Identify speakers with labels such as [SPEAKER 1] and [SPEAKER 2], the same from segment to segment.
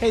[SPEAKER 1] Hey,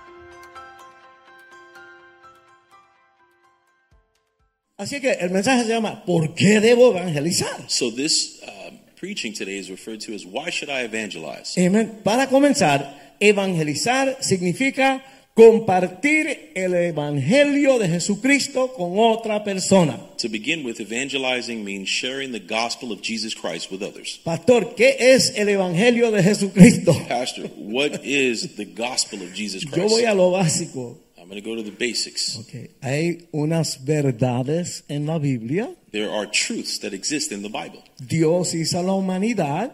[SPEAKER 2] Así que el mensaje se llama ¿Por qué debo evangelizar?
[SPEAKER 3] So this um, preaching today is referred to as why should I evangelize?
[SPEAKER 2] Amén. Para comenzar, evangelizar significa compartir el evangelio de Jesucristo con otra persona.
[SPEAKER 3] To begin with, evangelizing means sharing the gospel of Jesus Christ with others.
[SPEAKER 2] Pastor, ¿qué es el evangelio de Jesucristo?
[SPEAKER 3] Pastor, what is the gospel of Jesus
[SPEAKER 2] Yo voy
[SPEAKER 3] Christ?
[SPEAKER 2] a lo básico.
[SPEAKER 3] I'm going to go to the basics.
[SPEAKER 2] Ok, Hay unas verdades en la Biblia.
[SPEAKER 3] There are truths that exist in the Bible.
[SPEAKER 2] Dios hizo a la humanidad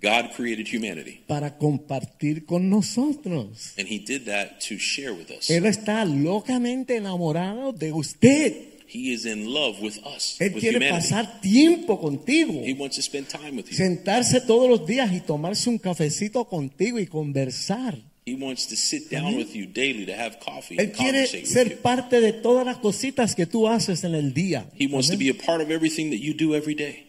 [SPEAKER 3] God created humanity,
[SPEAKER 2] para compartir con nosotros.
[SPEAKER 3] and He did that to share with us.
[SPEAKER 2] Él está locamente enamorado de usted.
[SPEAKER 3] He is in love with us,
[SPEAKER 2] Él
[SPEAKER 3] with
[SPEAKER 2] quiere
[SPEAKER 3] humanity.
[SPEAKER 2] pasar tiempo contigo.
[SPEAKER 3] He wants to spend time with you.
[SPEAKER 2] Sentarse todos los días y tomarse un cafecito contigo y conversar.
[SPEAKER 3] He wants to sit down with you daily to have coffee
[SPEAKER 2] Él
[SPEAKER 3] and
[SPEAKER 2] quiere
[SPEAKER 3] conversate with you.
[SPEAKER 2] ser parte de todas las cositas que tú haces en el día.
[SPEAKER 3] He wants to be a part of everything that you do every day.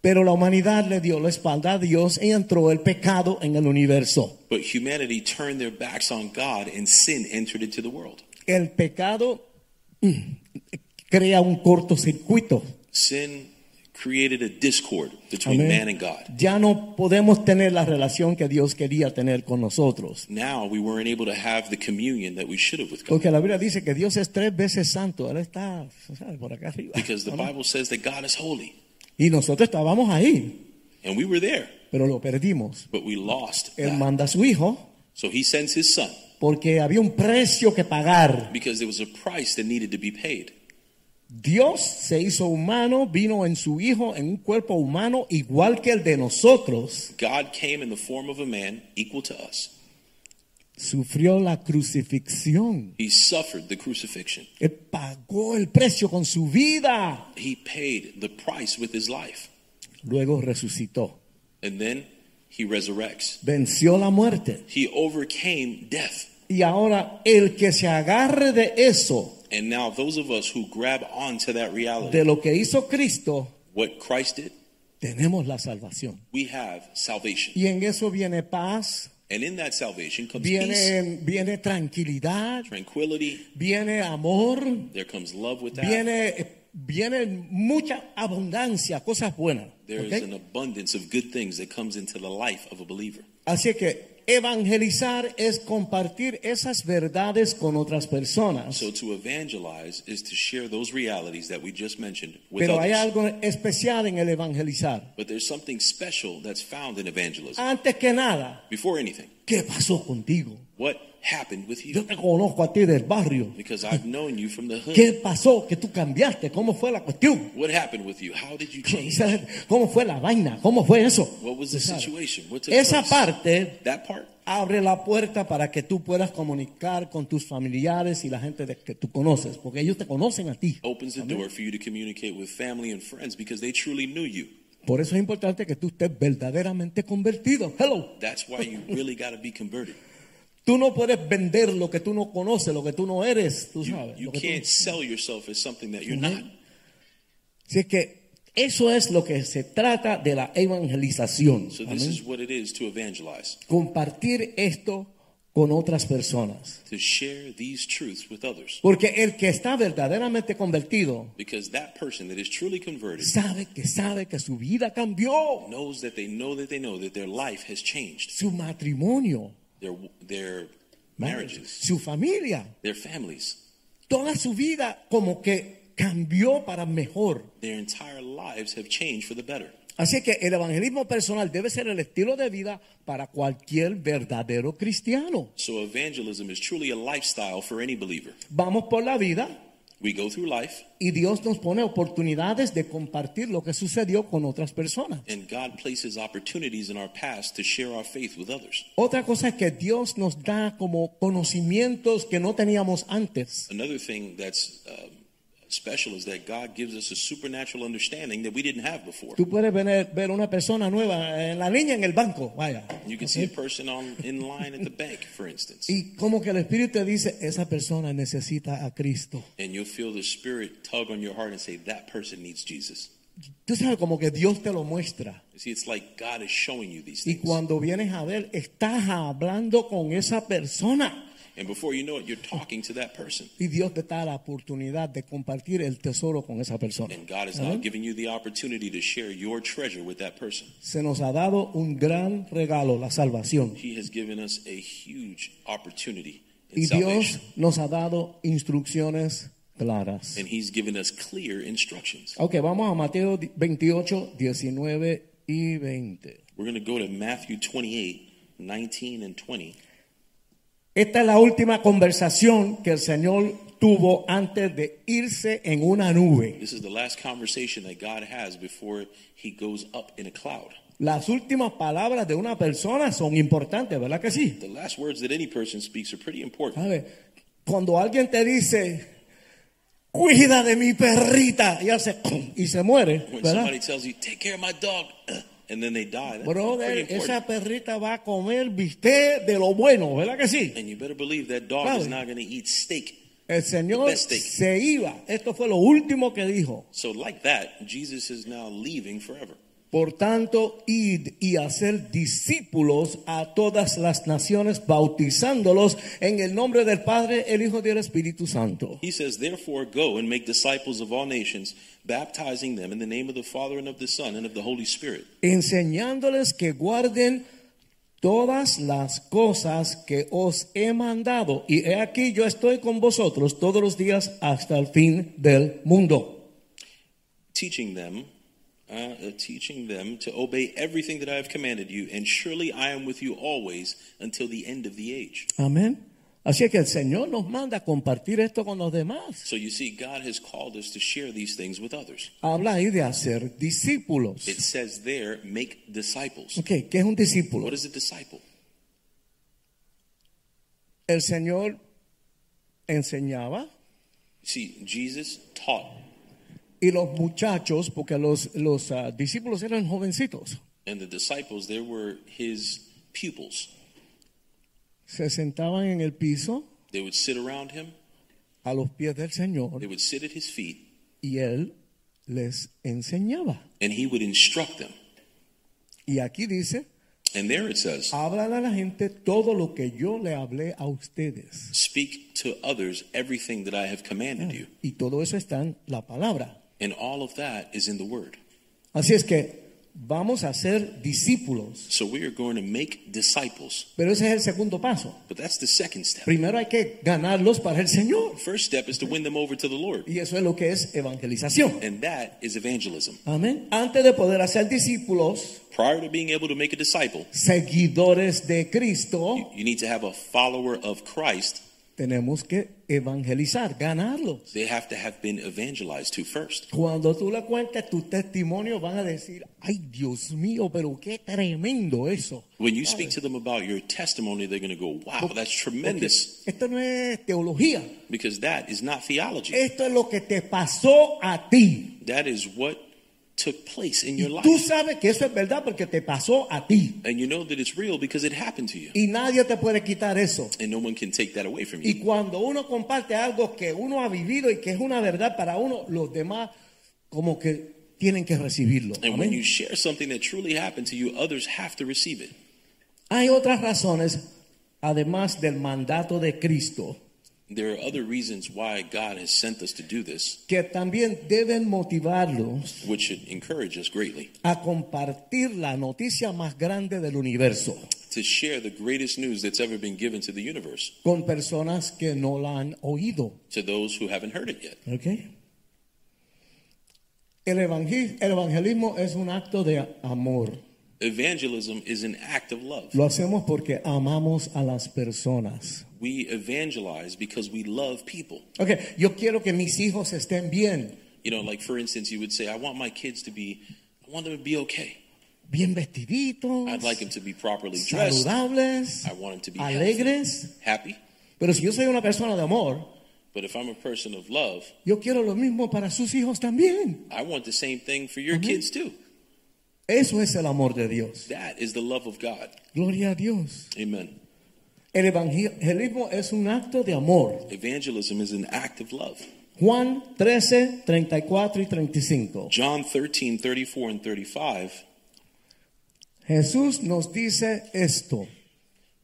[SPEAKER 2] Pero la humanidad le dio la espalda a Dios y entró el pecado en el universo.
[SPEAKER 3] But humanity turned their backs on God and sin entered into the world.
[SPEAKER 2] El pecado mm, crea un cortocircuito.
[SPEAKER 3] Sin created a discord between
[SPEAKER 2] Amén.
[SPEAKER 3] man and God.
[SPEAKER 2] Ya no podemos tener la relación que Dios quería tener con nosotros.
[SPEAKER 3] Now we weren't able to have the communion that we should have with God.
[SPEAKER 2] Porque la Biblia dice que Dios es tres veces santo. Él está ¿sabes? por acá arriba.
[SPEAKER 3] Because the
[SPEAKER 2] Amén.
[SPEAKER 3] Bible says that God is holy.
[SPEAKER 2] Y nosotros estábamos ahí,
[SPEAKER 3] And we were there,
[SPEAKER 2] pero lo perdimos.
[SPEAKER 3] but we lost.
[SPEAKER 2] Él
[SPEAKER 3] that.
[SPEAKER 2] manda a su hijo
[SPEAKER 3] So he sends his son
[SPEAKER 2] porque había un precio que pagar.
[SPEAKER 3] because there was a price that needed to be paid.
[SPEAKER 2] Dios se hizo humano, vino en su hijo, en un cuerpo humano igual que el de nosotros.
[SPEAKER 3] God came in the form of a man equal to us.
[SPEAKER 2] Sufrió la crucifixión.
[SPEAKER 3] He suffered the crucifixion.
[SPEAKER 2] Él pagó el precio con su vida.
[SPEAKER 3] He paid the price with his life.
[SPEAKER 2] Luego resucitó.
[SPEAKER 3] And then he resurrects.
[SPEAKER 2] Venció la muerte.
[SPEAKER 3] He overcame death.
[SPEAKER 2] Y ahora el que se agarre de eso,
[SPEAKER 3] And now, those of us who grab onto that reality,
[SPEAKER 2] de lo que hizo Cristo,
[SPEAKER 3] what Christ did,
[SPEAKER 2] tenemos la salvación.
[SPEAKER 3] we have salvation.
[SPEAKER 2] Y en eso viene paz,
[SPEAKER 3] And in that salvation comes peace,
[SPEAKER 2] viene, viene tranquilidad,
[SPEAKER 3] tranquility,
[SPEAKER 2] viene amor,
[SPEAKER 3] there comes love with that.
[SPEAKER 2] viene, viene mucha abundancia, cosas buenas.
[SPEAKER 3] There is
[SPEAKER 2] ¿ok?
[SPEAKER 3] an abundance of good things that comes into the life of a believer.
[SPEAKER 2] Así que evangelizar es compartir esas verdades con otras personas.
[SPEAKER 3] So, to evangelize is to share those realities that we just mentioned with
[SPEAKER 2] Pero hay
[SPEAKER 3] others.
[SPEAKER 2] algo especial en el evangelizar.
[SPEAKER 3] But there's something special that's found in evangelism.
[SPEAKER 2] Antes que nada,
[SPEAKER 3] Before anything,
[SPEAKER 2] ¿qué pasó contigo?
[SPEAKER 3] what happened with
[SPEAKER 2] Yo
[SPEAKER 3] you?
[SPEAKER 2] te conozco a ti del barrio.
[SPEAKER 3] Because I've known you from the
[SPEAKER 2] ¿Qué
[SPEAKER 3] hood.
[SPEAKER 2] pasó? ¿Que tú cambiaste? ¿Cómo fue la cuestión?
[SPEAKER 3] What happened with you? How did you change?
[SPEAKER 2] ¿Cómo fue la vaina? ¿Cómo fue eso?
[SPEAKER 3] What was the
[SPEAKER 2] Tú sabes.
[SPEAKER 3] situation? What took
[SPEAKER 2] Esa
[SPEAKER 3] place?
[SPEAKER 2] parte
[SPEAKER 3] That part.
[SPEAKER 2] abre la puerta para que tú puedas comunicar con tus familiares y la gente de que tú conoces, porque ellos te conocen a ti.
[SPEAKER 3] opens the door for you to communicate with family and friends because they truly knew you.
[SPEAKER 2] Por eso es importante que tú estés verdaderamente convertido. Hello.
[SPEAKER 3] That's why you really got to be converted.
[SPEAKER 2] Tú no puedes vender lo que tú no conoces, lo que tú no eres, tú
[SPEAKER 3] You,
[SPEAKER 2] sabes.
[SPEAKER 3] you
[SPEAKER 2] lo que tú-
[SPEAKER 3] can't sell yourself as something that you're not.
[SPEAKER 2] Así es que eso es lo que se trata de la evangelización.
[SPEAKER 3] So this
[SPEAKER 2] Amén.
[SPEAKER 3] is what it is to evangelize,
[SPEAKER 2] Compartir esto con otras personas.
[SPEAKER 3] to share these truths with others.
[SPEAKER 2] Porque el que está verdaderamente convertido
[SPEAKER 3] Because that person that is truly converted
[SPEAKER 2] sabe que sabe que su vida cambió,
[SPEAKER 3] knows that they know that they know that their life has changed.
[SPEAKER 2] su matrimonio,
[SPEAKER 3] Their their marriages,
[SPEAKER 2] su familia,
[SPEAKER 3] their families,
[SPEAKER 2] toda su vida como que cambió para mejor.
[SPEAKER 3] their entire lives have changed for the better.
[SPEAKER 2] Así que el evangelismo personal debe ser el estilo de vida para cualquier verdadero cristiano.
[SPEAKER 3] So evangelism is truly a lifestyle for any believer.
[SPEAKER 2] Vamos por la vida
[SPEAKER 3] We go through life
[SPEAKER 2] y Dios nos pone oportunidades de compartir lo que sucedió con otras personas.
[SPEAKER 3] And God places opportunities in our past to share our faith with others.
[SPEAKER 2] Otra cosa es que Dios nos da como conocimientos que no teníamos antes.
[SPEAKER 3] Another thing that's um, special is that God gives us a supernatural understanding that we didn't have before.
[SPEAKER 2] Tú puedes ver, ver una persona nueva en la línea en el banco, vaya.
[SPEAKER 3] You can see a person on in line at the bank, for instance,
[SPEAKER 2] Y como que el Espíritu te dice, esa persona necesita a Cristo.
[SPEAKER 3] and you'll feel the Spirit tug on your heart and say, That person needs Jesus.
[SPEAKER 2] Tú sabes, como que Dios te lo muestra.
[SPEAKER 3] You see, it's like God is showing you these
[SPEAKER 2] Y
[SPEAKER 3] things.
[SPEAKER 2] cuando vienes a ver, estás hablando con esa persona.
[SPEAKER 3] And before you know it, you're talking to that person.
[SPEAKER 2] Y Dios te da la oportunidad de compartir el tesoro con esa persona.
[SPEAKER 3] And God is
[SPEAKER 2] Ajá.
[SPEAKER 3] now giving you the opportunity to share your treasure with that person.
[SPEAKER 2] Se nos ha dado un gran regalo, la salvación.
[SPEAKER 3] He has given us a huge opportunity in
[SPEAKER 2] Y Dios
[SPEAKER 3] salvation.
[SPEAKER 2] nos ha dado instrucciones claras.
[SPEAKER 3] And He's given us clear instructions.
[SPEAKER 2] Ok, vamos a Mateo 28, 19 y 20.
[SPEAKER 3] We're going to go to Matthew 28, 19 and 20.
[SPEAKER 2] Esta es la última conversación que el Señor tuvo antes de irse en una nube.
[SPEAKER 3] This is the last conversation that God has before He goes up in a cloud.
[SPEAKER 2] Las últimas palabras de una persona son importantes, ¿verdad que sí?
[SPEAKER 3] The last words that any person speaks are pretty important.
[SPEAKER 2] ¿Sabe? Cuando alguien te dice, cuida de mi perrita, y hace, y se muere,
[SPEAKER 3] When
[SPEAKER 2] ¿verdad?
[SPEAKER 3] somebody tells you, take care of my dog, and then they die, that's pretty
[SPEAKER 2] Brother,
[SPEAKER 3] important.
[SPEAKER 2] esa perrita va a comer bistec de lo bueno, ¿verdad que sí?
[SPEAKER 3] And you better believe that dog
[SPEAKER 2] Claro.
[SPEAKER 3] is not going to eat steak.
[SPEAKER 2] El Señor
[SPEAKER 3] best steak.
[SPEAKER 2] se iba. Esto fue lo último que dijo.
[SPEAKER 3] So, like that, Jesus is now leaving forever.
[SPEAKER 2] Por tanto, id y hacer discípulos a todas las naciones, bautizándolos en el nombre del Padre, el Hijo y el Espíritu Santo.
[SPEAKER 3] He says, Therefore, go and make disciples of all nations, baptizing them in the name of the Father and of the Son and of the Holy Spirit,
[SPEAKER 2] Enseñándoles que guarden todas las cosas que os he mandado. Y he aquí yo estoy con vosotros todos los días hasta el fin del mundo.
[SPEAKER 3] teaching them. Uh, uh, teaching them to obey everything that I have commanded you, and surely I am with you always until the end of the age.
[SPEAKER 2] Amén. Así es que el Señor nos manda a compartir esto con los demás.
[SPEAKER 3] So you see, God has called us to share these things with others.
[SPEAKER 2] Habla ahí de hacer discípulos.
[SPEAKER 3] It says there, make disciples.
[SPEAKER 2] Ok, ¿qué es un discípulo?
[SPEAKER 3] What is a disciple?
[SPEAKER 2] El Señor enseñaba
[SPEAKER 3] See, Jesus taught,
[SPEAKER 2] y los muchachos, porque los, los ah, discípulos eran jovencitos,
[SPEAKER 3] and the disciples, there were his pupils.
[SPEAKER 2] se sentaban en el piso
[SPEAKER 3] They would sit around him,
[SPEAKER 2] a los pies del
[SPEAKER 3] they
[SPEAKER 2] Señor
[SPEAKER 3] would sit at his feet,
[SPEAKER 2] y Él les enseñaba.
[SPEAKER 3] and he would instruct them.
[SPEAKER 2] Y aquí dice,
[SPEAKER 3] And there it says,
[SPEAKER 2] háblale a la gente todo lo que yo le hablé a ustedes.
[SPEAKER 3] Speak to others everything that I have commanded you.
[SPEAKER 2] Y todo eso está en la palabra.
[SPEAKER 3] And all of that is in the Word.
[SPEAKER 2] Así es que vamos a ser discípulos.
[SPEAKER 3] So we are going to make disciples.
[SPEAKER 2] Pero ese es el segundo paso.
[SPEAKER 3] But that's the second step.
[SPEAKER 2] Primero hay que ganarlos para el Señor.
[SPEAKER 3] First step is to win them over to the Lord.
[SPEAKER 2] Y eso es lo que es evangelización.
[SPEAKER 3] And that is evangelism.
[SPEAKER 2] Amén. Antes de poder hacer discípulos,
[SPEAKER 3] Prior to being able to make a disciple,
[SPEAKER 2] seguidores de Cristo,
[SPEAKER 3] you need to have a follower of Christ.
[SPEAKER 2] tenemos que evangelizar, ganarlos.
[SPEAKER 3] They have to have been evangelized to first.
[SPEAKER 2] Cuando tú le cuentes tu testimonio, van a decir, ay Dios mío, pero qué tremendo eso.
[SPEAKER 3] When you speak to them about your testimony, they're going to go, wow, that's tremendous.
[SPEAKER 2] Esto no es teología,
[SPEAKER 3] Because that is not theology.
[SPEAKER 2] esto es lo que te pasó a ti.
[SPEAKER 3] That is what took place in
[SPEAKER 2] Y
[SPEAKER 3] your
[SPEAKER 2] tú
[SPEAKER 3] life.
[SPEAKER 2] sabes que eso es verdad porque te pasó a ti.
[SPEAKER 3] And you know that it's real because it happened to you.
[SPEAKER 2] Y nadie te puede quitar eso.
[SPEAKER 3] And no one can take that away from you.
[SPEAKER 2] Y cuando uno comparte algo que uno ha vivido y que es una verdad para uno, los demás como que tienen que recibirlo.
[SPEAKER 3] And
[SPEAKER 2] Amén.
[SPEAKER 3] when you share something that truly happened to you, others have to receive it.
[SPEAKER 2] Hay otras razones, además del mandato de Cristo,
[SPEAKER 3] There are other reasons why God has sent us to do this,
[SPEAKER 2] que también deben motivarlos
[SPEAKER 3] which should encourage us greatly
[SPEAKER 2] a compartir la noticia más grande del universo
[SPEAKER 3] to share the greatest news that's ever been given to the universe
[SPEAKER 2] con personas que no la han oído.
[SPEAKER 3] to those who haven't heard it yet.
[SPEAKER 2] ¿ok? El evangel- el evangelismo es un acto de amor.
[SPEAKER 3] Evangelism is an act of love.
[SPEAKER 2] Lo hacemos porque amamos a las personas.
[SPEAKER 3] We evangelize because we love people.
[SPEAKER 2] Ok, yo quiero que mis hijos estén bien,
[SPEAKER 3] You know, like for instance, you would say, I want my kids to be, I want them to be okay.
[SPEAKER 2] bien vestiditos,
[SPEAKER 3] I'd like them to be properly dressed,
[SPEAKER 2] saludables,
[SPEAKER 3] I want them to be
[SPEAKER 2] alegres.
[SPEAKER 3] happy.
[SPEAKER 2] Pero si yo soy una persona de amor,
[SPEAKER 3] But But if I'm a person of love,
[SPEAKER 2] Yo quiero lo mismo para sus hijos también.
[SPEAKER 3] I want the same thing for your kids too.
[SPEAKER 2] Eso es el amor de Dios.
[SPEAKER 3] That is the love of God.
[SPEAKER 2] Gloria a Dios.
[SPEAKER 3] Amen.
[SPEAKER 2] El evangelismo es un acto de amor.
[SPEAKER 3] Evangelism is an act of love.
[SPEAKER 2] Juan 13, 34 y 35.
[SPEAKER 3] John 13, 34 and 35,
[SPEAKER 2] Jesús nos dice esto.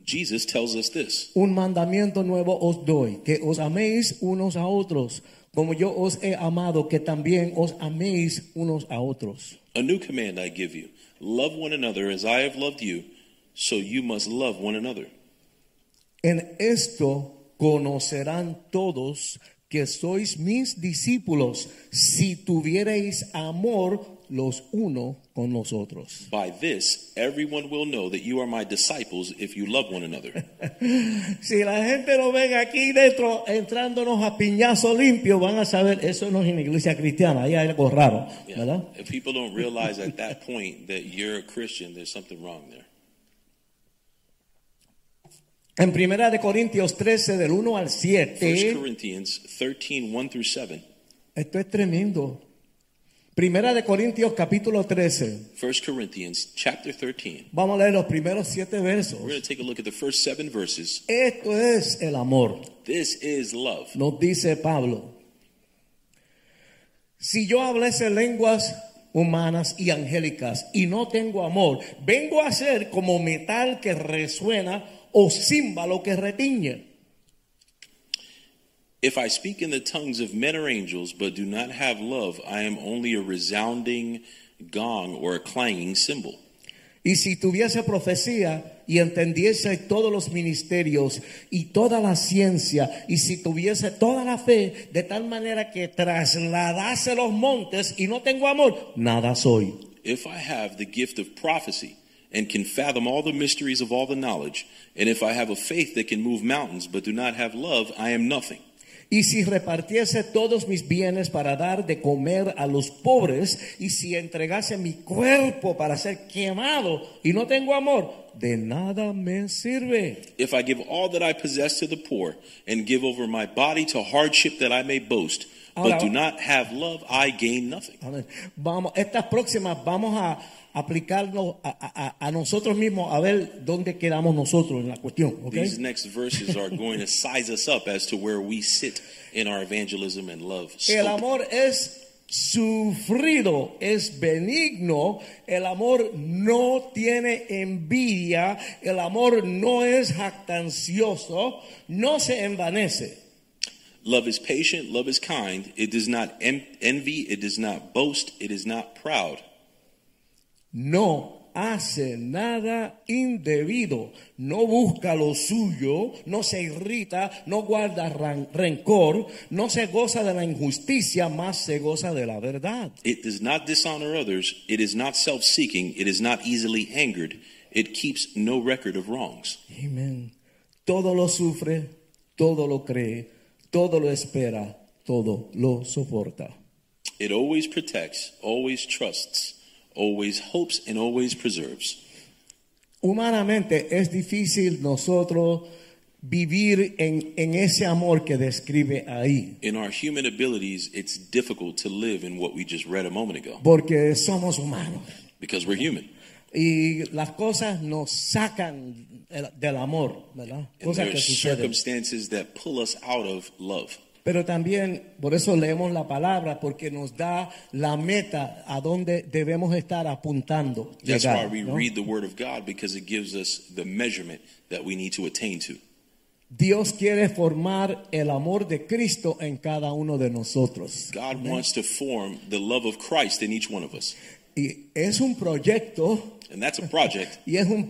[SPEAKER 3] Jesus tells us this.
[SPEAKER 2] Un mandamiento nuevo os doy, que os améis unos a otros, como yo os he amado, que también os améis unos a otros.
[SPEAKER 3] A new command I give you. Love one another as I have loved you, so you must love one another.
[SPEAKER 2] En esto conocerán todos que sois mis discípulos, si tuviereis amor los uno con los otros.
[SPEAKER 3] By this, everyone will know that you are my disciples if you love one another.
[SPEAKER 2] Si la gente lo ven aquí dentro entrándonos a piñazo limpio, van a saber, eso no es en la iglesia cristiana, ahí hay algo raro,
[SPEAKER 3] Yeah.
[SPEAKER 2] ¿verdad?
[SPEAKER 3] If people don't realize at that point that you're a Christian, there's something wrong there.
[SPEAKER 2] En primera de Corintios 13, del 1 al
[SPEAKER 3] 1
[SPEAKER 2] 7,
[SPEAKER 3] Corinthians 13, 1 through 7.
[SPEAKER 2] esto es tremendo. Primera de Corintios capítulo 13,
[SPEAKER 3] 1 Corinthians chapter 13.
[SPEAKER 2] vamos a leer los primeros siete versos.
[SPEAKER 3] We're going to take a look at the first seven verses.
[SPEAKER 2] Esto es el amor.
[SPEAKER 3] This is love.
[SPEAKER 2] nos dice Pablo, si yo hablase lenguas humanas y angélicas y no tengo amor, vengo a ser como metal que resuena o címbalo que retiñe.
[SPEAKER 3] If I speak in the tongues of men or angels, but do not have love, I am only a resounding gong or a clanging cymbal.
[SPEAKER 2] Y si tuviese profecía y entendiese todos los ministerios y toda la ciencia, y si tuviese toda la fe, de tal manera que trasladase los montes y no tengo amor, nada soy.
[SPEAKER 3] If I have the gift of prophecy and can fathom all the mysteries of all the knowledge, and if I have a faith that can move mountains but do not have love, I am nothing.
[SPEAKER 2] Y si repartiese todos mis bienes para dar de comer a los pobres, y si entregase mi cuerpo para ser quemado y no tengo amor, de nada me sirve.
[SPEAKER 3] If I give all that I possess to the poor and give over my body to hardship that I may boast, but
[SPEAKER 2] Ahora-
[SPEAKER 3] do not have love, I gain nothing.
[SPEAKER 2] A ver, Vamos, estas próximas vamos a aplicarnos a, a- a- a nosotros mismos a ver dónde quedamos nosotros en la cuestión. ¿ok?
[SPEAKER 3] These next verses are going to size us up as to where we sit in our evangelism and love.
[SPEAKER 2] El
[SPEAKER 3] scope.
[SPEAKER 2] amor es sufrido, es benigno, el amor no tiene envidia, el amor no es jactancioso, no se envanece.
[SPEAKER 3] Love is patient, love is kind, it does not en- envy, it does not boast, it is not proud.
[SPEAKER 2] no hace nada indebido, no busca lo suyo, no se irrita, no guarda ran- rencor, no se goza de la injusticia, más se goza de la verdad.
[SPEAKER 3] It does not dishonor others. It is not self seeking. It is not easily angered. It keeps no record of wrongs.
[SPEAKER 2] Amén. Todo lo sufre, todo lo cree, todo lo espera, todo lo soporta.
[SPEAKER 3] It always protects, always trusts, always hopes, and always preserves.
[SPEAKER 2] Humanamente es difícil nosotros vivir en, en ese amor que describe ahí,
[SPEAKER 3] In our human abilities, it's difficult to live in what we just read a moment ago
[SPEAKER 2] porque somos humanos
[SPEAKER 3] because we're human.
[SPEAKER 2] y las cosas nos sacan el- del amor, ¿verdad?
[SPEAKER 3] And
[SPEAKER 2] Cosas que
[SPEAKER 3] there's
[SPEAKER 2] suceden.
[SPEAKER 3] circumstances that pull us out of love.
[SPEAKER 2] Pero también por eso leemos la palabra, porque nos da la meta a donde debemos estar apuntando.
[SPEAKER 3] That's
[SPEAKER 2] llegar,
[SPEAKER 3] why we
[SPEAKER 2] ¿no?
[SPEAKER 3] read the Word of God because it gives us the measurement that we need to attain to.
[SPEAKER 2] Dios quiere formar el amor de Cristo en cada uno de nosotros.
[SPEAKER 3] God wants to form the love of Christ in each one of us.
[SPEAKER 2] Y es un proyecto
[SPEAKER 3] And that's a project.
[SPEAKER 2] y es un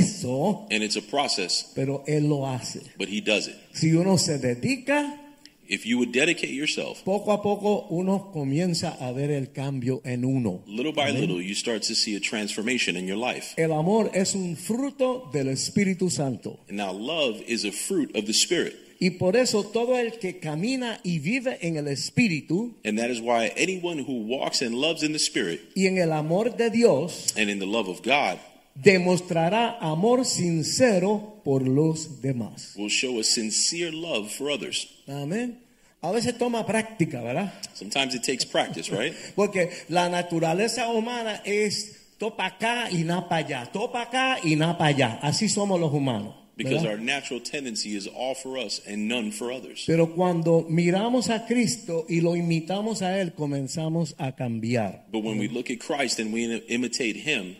[SPEAKER 2] proceso,
[SPEAKER 3] And it's a process,
[SPEAKER 2] pero Él lo hace.
[SPEAKER 3] but he does it.
[SPEAKER 2] Si uno se dedica,
[SPEAKER 3] If you would dedicate yourself,
[SPEAKER 2] poco a poco uno comienza a ver el cambio en uno.
[SPEAKER 3] little by little, you start to see a transformation in your life.
[SPEAKER 2] El amor es un fruto del Espíritu Santo.
[SPEAKER 3] And now, love is a fruit of the Spirit.
[SPEAKER 2] Y por eso todo el que camina y vive en el Espíritu
[SPEAKER 3] And that is why anyone who walks and loves in the Spirit
[SPEAKER 2] y en el amor de Dios
[SPEAKER 3] and in the love of God
[SPEAKER 2] demostrará amor sincero por los demás.
[SPEAKER 3] will show a sincere love for others.
[SPEAKER 2] Amén. A veces toma práctica, ¿verdad?
[SPEAKER 3] Sometimes it takes practice, right?
[SPEAKER 2] Porque la naturaleza humana es topa acá y na para allá, topa acá y na para allá. Así somos los humanos.
[SPEAKER 3] Because
[SPEAKER 2] ¿verdad?
[SPEAKER 3] our natural tendency is all for us and none for others.
[SPEAKER 2] Pero cuando miramos a Cristo y lo imitamos a Él, comenzamos a cambiar.
[SPEAKER 3] But when we look at Christ and we im- imitate Him,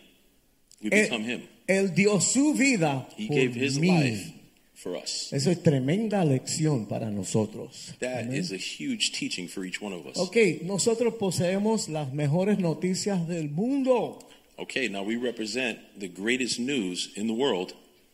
[SPEAKER 3] we become Him.
[SPEAKER 2] Él, él dio su vida
[SPEAKER 3] He
[SPEAKER 2] por
[SPEAKER 3] gave His
[SPEAKER 2] mí.
[SPEAKER 3] life for us.
[SPEAKER 2] Eso es tremenda lección para nosotros.
[SPEAKER 3] That is a huge teaching for each one of us.
[SPEAKER 2] Ok, nosotros poseemos las mejores noticias del mundo
[SPEAKER 3] Okay, now we represent the greatest news in the world,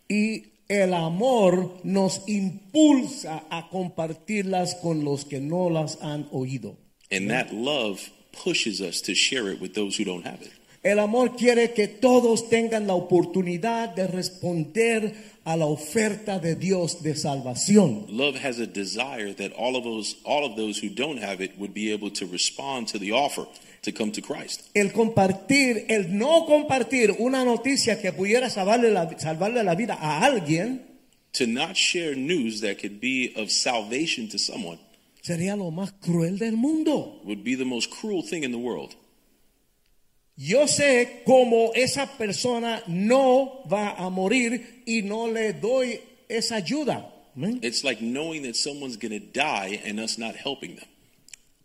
[SPEAKER 2] y el amor nos impulsa a compartirlas con los que no las han oído.
[SPEAKER 3] and that love pushes us to share it with those who don't have it.
[SPEAKER 2] El amor quiere que todos tengan la oportunidad de responder a la oferta de Dios de salvación.
[SPEAKER 3] Love has a desire that all of those all of those who don't have it would be able to respond to the offer to come to Christ.
[SPEAKER 2] El compartir, el no compartir una noticia que pudiera salvarle la, salvarle la vida a alguien
[SPEAKER 3] To not share news that could be of salvation to someone
[SPEAKER 2] sería lo más cruel del mundo.
[SPEAKER 3] would be the most cruel thing in the world.
[SPEAKER 2] Yo sé cómo esa persona no va a morir y no le doy esa ayuda. Amén.
[SPEAKER 3] It's like knowing that someone's going to die and us not helping them.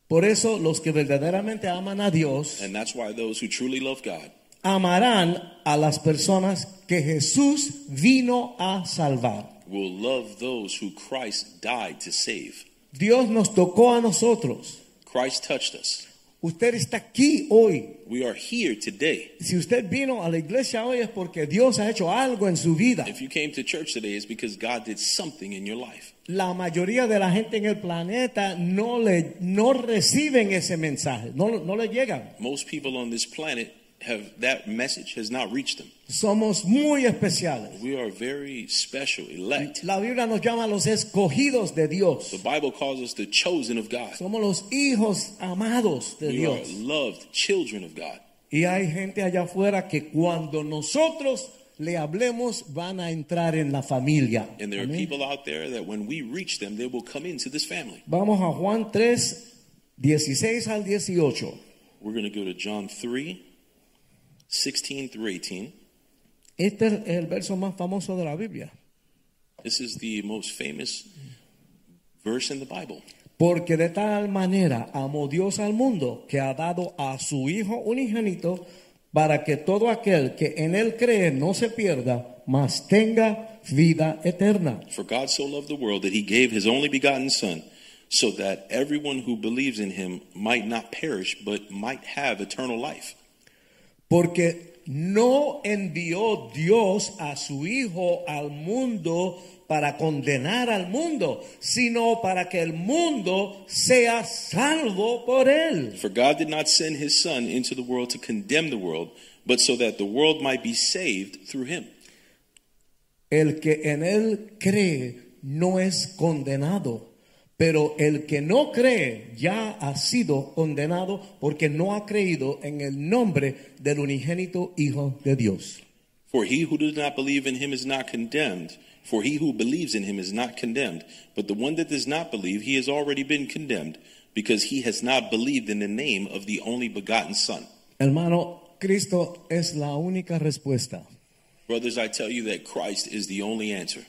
[SPEAKER 2] Por eso los que verdaderamente aman a Dios
[SPEAKER 3] And that's why those who truly love God
[SPEAKER 2] amarán a las personas que Jesús vino a salvar.
[SPEAKER 3] will love those who Christ died to save.
[SPEAKER 2] Dios nos tocó a nosotros.
[SPEAKER 3] Christ touched us.
[SPEAKER 2] Usted está aquí hoy.
[SPEAKER 3] We are here today.
[SPEAKER 2] Si usted vino a la iglesia hoy es porque Dios ha hecho algo en su vida.
[SPEAKER 3] If you came to church today, it's because God did something in your life.
[SPEAKER 2] La mayoría de la gente en el planeta no le no reciben ese mensaje, no, no le llegan.
[SPEAKER 3] Most people on this planet have that message has not reached them.
[SPEAKER 2] Somos muy especiales.
[SPEAKER 3] We are very special, elect.
[SPEAKER 2] La Biblia nos llama los escogidos de Dios.
[SPEAKER 3] The Bible calls us the chosen of God.
[SPEAKER 2] Somos los hijos amados de
[SPEAKER 3] We are
[SPEAKER 2] Dios.
[SPEAKER 3] loved children of God.
[SPEAKER 2] Y hay gente allá afuera que cuando nosotros le hablemos van a entrar en la familia.
[SPEAKER 3] And there are
[SPEAKER 2] Amén.
[SPEAKER 3] people out there that when we reach them, they will come into this family.
[SPEAKER 2] Vamos a Juan 3, 16 al 18.
[SPEAKER 3] We're going to go to John 3, 16 through 18.
[SPEAKER 2] Este es el verso más famoso de la Biblia.
[SPEAKER 3] This is the most famous verse in the Bible.
[SPEAKER 2] Porque de tal manera amó Dios al mundo que ha dado a su Hijo unigénito para que todo aquel que en él cree no se pierda, mas tenga vida eterna.
[SPEAKER 3] For God so loved the world that he gave his only begotten Son, so that everyone who believes in him might not perish, but might have eternal life.
[SPEAKER 2] Porque no envió Dios a su Hijo al mundo para condenar al mundo, sino para que el mundo sea salvo por él.
[SPEAKER 3] For God did not send his Son into the world to condemn the world, but so that the world might be saved through him.
[SPEAKER 2] El que en él cree no es condenado, pero el que no cree ya ha sido condenado porque no ha creído en el nombre del unigénito Hijo de Dios.
[SPEAKER 3] For he who does not believe in him is not condemned, for he who believes in him is not condemned. But the one that does not believe, he has already been condemned, because he has not believed in the name of the only begotten Son.
[SPEAKER 2] Hermano, Cristo es la única respuesta.
[SPEAKER 3] Brothers, I tell you that Christ is the only answer,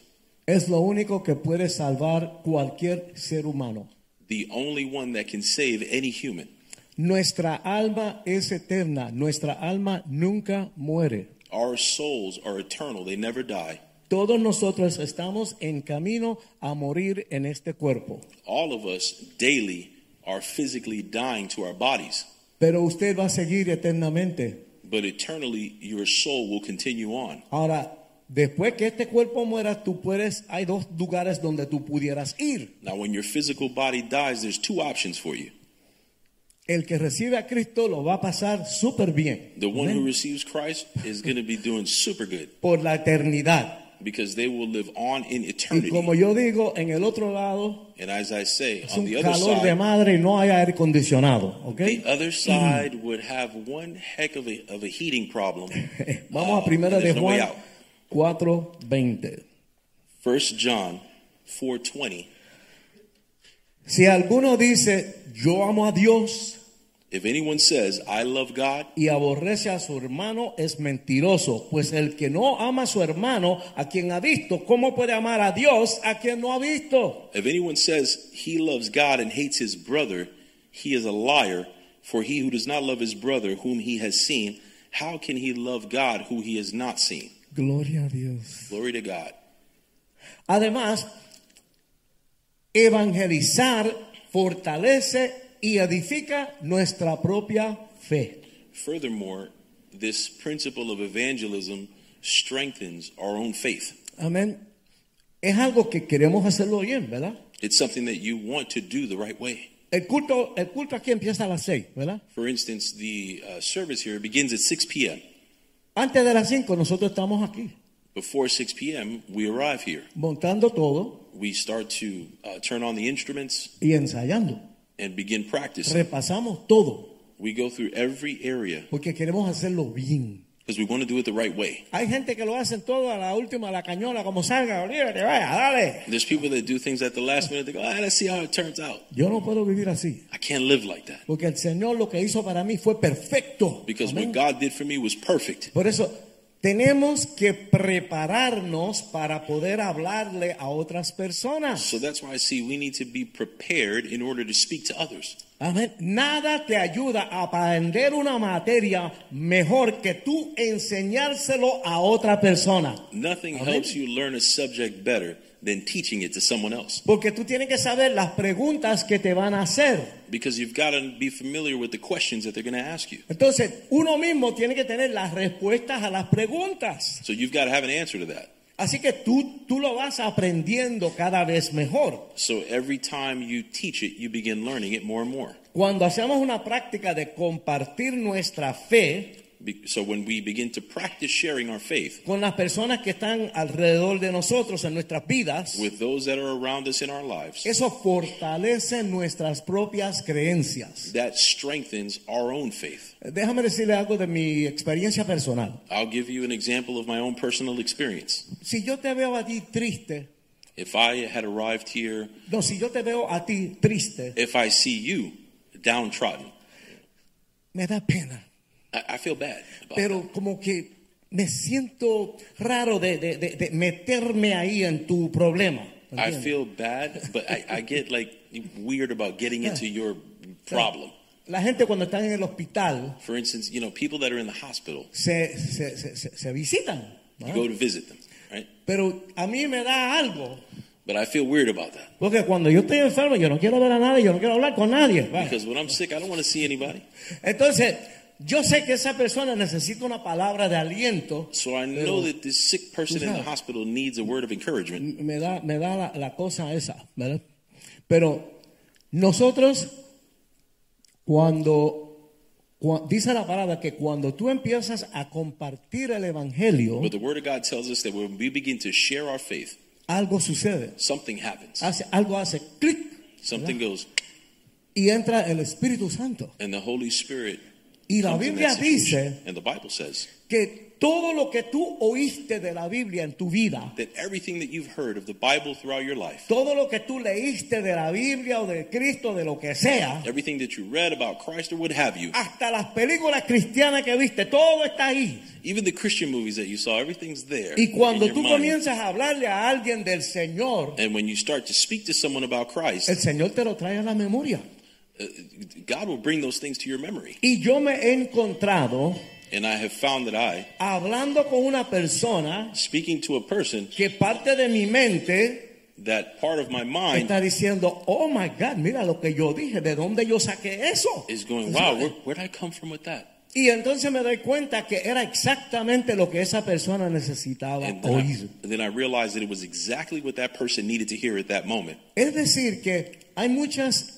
[SPEAKER 2] Es lo único que puede salvar cualquier ser humano.
[SPEAKER 3] the only one that can save any human.
[SPEAKER 2] Nuestra alma es eterna, nuestra alma nunca muere.
[SPEAKER 3] Our souls are eternal, they never die.
[SPEAKER 2] Todos nosotros estamos en camino a morir en este cuerpo.
[SPEAKER 3] All of us daily are physically dying to our bodies,
[SPEAKER 2] Pero usted va a seguir eternamente.
[SPEAKER 3] but eternally your soul will continue on.
[SPEAKER 2] Ahora, después que este cuerpo muera, tú puedes, hay dos lugares donde tú pudieras ir.
[SPEAKER 3] Now, when your physical body dies, there's two options for you.
[SPEAKER 2] El que recibe a Cristo lo va a pasar súper bien
[SPEAKER 3] The one who receives Christ is going to be doing super good
[SPEAKER 2] por la eternidad.
[SPEAKER 3] because they will live on in
[SPEAKER 2] Y como
[SPEAKER 3] eternity.
[SPEAKER 2] yo digo, en el otro lado
[SPEAKER 3] And as I say,
[SPEAKER 2] es
[SPEAKER 3] on
[SPEAKER 2] un
[SPEAKER 3] the other
[SPEAKER 2] calor de
[SPEAKER 3] side,
[SPEAKER 2] madre y no hay aire acondicionado, ¿ok?
[SPEAKER 3] the other side would have one heck of a, of a heating problem.
[SPEAKER 2] Vamos a
[SPEAKER 3] Uh,
[SPEAKER 2] primera
[SPEAKER 3] and
[SPEAKER 2] de
[SPEAKER 3] there's no way
[SPEAKER 2] Juan
[SPEAKER 3] out.
[SPEAKER 2] 4:20.
[SPEAKER 3] 1 John 4:20.
[SPEAKER 2] Si alguno dice, yo amo a Dios
[SPEAKER 3] If anyone says, I love God,
[SPEAKER 2] y aborrece a su hermano, es mentiroso. Pues el que no ama a su hermano, a quien ha visto, ¿cómo puede amar a Dios a quien no ha visto?
[SPEAKER 3] if anyone says he loves God and hates his brother, he is a liar. For he who does not love his brother whom he has seen, how can he love God who he has not seen?
[SPEAKER 2] Gloria a Dios.
[SPEAKER 3] Glory to God.
[SPEAKER 2] Además, evangelizar fortalece y edifica nuestra propia fe.
[SPEAKER 3] Furthermore, this principle of evangelism strengthens our own faith.
[SPEAKER 2] Amén. Es algo que queremos hacerlo bien, ¿verdad?
[SPEAKER 3] It's something that you want to do the right way.
[SPEAKER 2] El culto, el culto aquí empieza a las seis, ¿verdad?
[SPEAKER 3] For instance, the uh, service here begins at 6 p.m.
[SPEAKER 2] Antes de las cinco nosotros estamos aquí
[SPEAKER 3] Before 6 p.m., we arrive here.
[SPEAKER 2] montando todo
[SPEAKER 3] We start to uh, turn on the instruments
[SPEAKER 2] y ensayando.
[SPEAKER 3] and begin practice.
[SPEAKER 2] Repasamos todo
[SPEAKER 3] We go through every area
[SPEAKER 2] porque queremos hacerlo bien.
[SPEAKER 3] because we want to do it the right way.
[SPEAKER 2] Hay gente que lo hacen todo a la última, a la cañola, como salga, olvídate, vaya, dale.
[SPEAKER 3] There's people that do things at the last minute. They go, ah, let's see how it turns out.
[SPEAKER 2] Yo no puedo vivir así.
[SPEAKER 3] I can't live like that
[SPEAKER 2] Porque el Señor lo que hizo para mí fue perfecto.
[SPEAKER 3] because
[SPEAKER 2] Amén.
[SPEAKER 3] what God did for me was perfect.
[SPEAKER 2] Por eso tenemos que prepararnos para poder hablarle a otras personas.
[SPEAKER 3] So that's why I see we need to be prepared in order to speak to others.
[SPEAKER 2] Amén. Nada te ayuda a aprender una materia mejor que tú enseñárselo a otra persona.
[SPEAKER 3] Nothing
[SPEAKER 2] Amen.
[SPEAKER 3] helps you learn a subject better than teaching it to someone else
[SPEAKER 2] Porque tú tienes que saber las preguntas que te van a hacer.
[SPEAKER 3] because you've got to be familiar with the questions that they're going to ask you.
[SPEAKER 2] Entonces, uno mismo tiene que tener las respuestas a las preguntas.
[SPEAKER 3] So you've got to have an answer to that.
[SPEAKER 2] Así que tú, tú lo vas aprendiendo cada vez mejor.
[SPEAKER 3] So every time you teach it, you begin learning it more and more.
[SPEAKER 2] Cuando hacemos una práctica de compartir nuestra fe
[SPEAKER 3] Be- So when we begin to practice sharing our faith
[SPEAKER 2] con las personas que están alrededor de nosotros en nuestras vidas,
[SPEAKER 3] with those that are around us in our lives,
[SPEAKER 2] eso fortalece nuestras propias creencias.
[SPEAKER 3] that strengthens our own faith.
[SPEAKER 2] Déjame decirle algo de mi experiencia personal.
[SPEAKER 3] I'll give you an example of my own personal experience.
[SPEAKER 2] Si yo te veo a ti triste,
[SPEAKER 3] If I had arrived here,
[SPEAKER 2] no, si yo te veo a ti triste,
[SPEAKER 3] if I see you downtrodden,
[SPEAKER 2] me da pena,
[SPEAKER 3] I, I feel bad. About that.
[SPEAKER 2] pero como que me siento raro de, de- de- de meterme ahí en tu problema.
[SPEAKER 3] I
[SPEAKER 2] ¿entiendes?
[SPEAKER 3] feel bad, but I, I get like weird about getting into your problem.
[SPEAKER 2] La gente cuando están en el hospital
[SPEAKER 3] For instance, you know, people that are in the hospital,
[SPEAKER 2] se, se, se- se- se visitan. ¿no?
[SPEAKER 3] you go to visit them, right?
[SPEAKER 2] Pero a mí me da algo.
[SPEAKER 3] But I feel weird about that
[SPEAKER 2] Porque cuando yo estoy enfermo, yo no quiero ver a nadie, yo no quiero hablar con nadie. ¿vale?
[SPEAKER 3] because when I'm sick, I don't want to see anybody.
[SPEAKER 2] Entonces, yo sé que esa persona necesita una palabra de aliento.
[SPEAKER 3] So I
[SPEAKER 2] Pero-
[SPEAKER 3] know that this sick person in the hospital needs a word of encouragement.
[SPEAKER 2] Me da, me da la, la cosa esa, ¿verdad? Pero nosotros, cuando, cua- dice la palabra que cuando tú empiezas a compartir el evangelio,
[SPEAKER 3] But the Word of God tells us that when we begin to share our faith,
[SPEAKER 2] algo sucede.
[SPEAKER 3] something happens.
[SPEAKER 2] Hace, algo hace clic
[SPEAKER 3] Something goes,
[SPEAKER 2] y entra el Espíritu Santo.
[SPEAKER 3] and the Holy Spirit.
[SPEAKER 2] Y la
[SPEAKER 3] comes in
[SPEAKER 2] Biblia
[SPEAKER 3] that situation.
[SPEAKER 2] dice
[SPEAKER 3] and the Bible says
[SPEAKER 2] que todo lo que tú oíste de la Biblia en tu vida,
[SPEAKER 3] that everything that you've heard of the Bible throughout your life,
[SPEAKER 2] todo lo que tú leíste de la Biblia o de Cristo, de lo que sea,
[SPEAKER 3] everything that you read about Christ or what have you,
[SPEAKER 2] hasta las películas cristianas que viste, todo está ahí.
[SPEAKER 3] even the Christian movies that you saw, everything's there.
[SPEAKER 2] Y cuando
[SPEAKER 3] in
[SPEAKER 2] tú
[SPEAKER 3] your mind.
[SPEAKER 2] comienzas a hablarle a alguien del Señor,
[SPEAKER 3] and when you start to speak to someone about Christ,
[SPEAKER 2] el Señor te lo trae a la memoria.
[SPEAKER 3] uh, God will bring those things to your memory.
[SPEAKER 2] Y yo me he encontrado
[SPEAKER 3] And I have found that I,
[SPEAKER 2] hablando con una persona
[SPEAKER 3] speaking to a person,
[SPEAKER 2] que parte de mi mente
[SPEAKER 3] that part of my mind
[SPEAKER 2] está diciendo, oh my God, mira lo que yo dije, ¿de dónde yo saqué eso?
[SPEAKER 3] is going, wow, where, where'd I come from with that?
[SPEAKER 2] Y entonces me doy cuenta que era exactamente lo que esa persona necesitaba
[SPEAKER 3] And then, I,
[SPEAKER 2] oír.
[SPEAKER 3] and then I realized that it was exactly what that person needed to hear at that moment.
[SPEAKER 2] Es decir, que hay muchas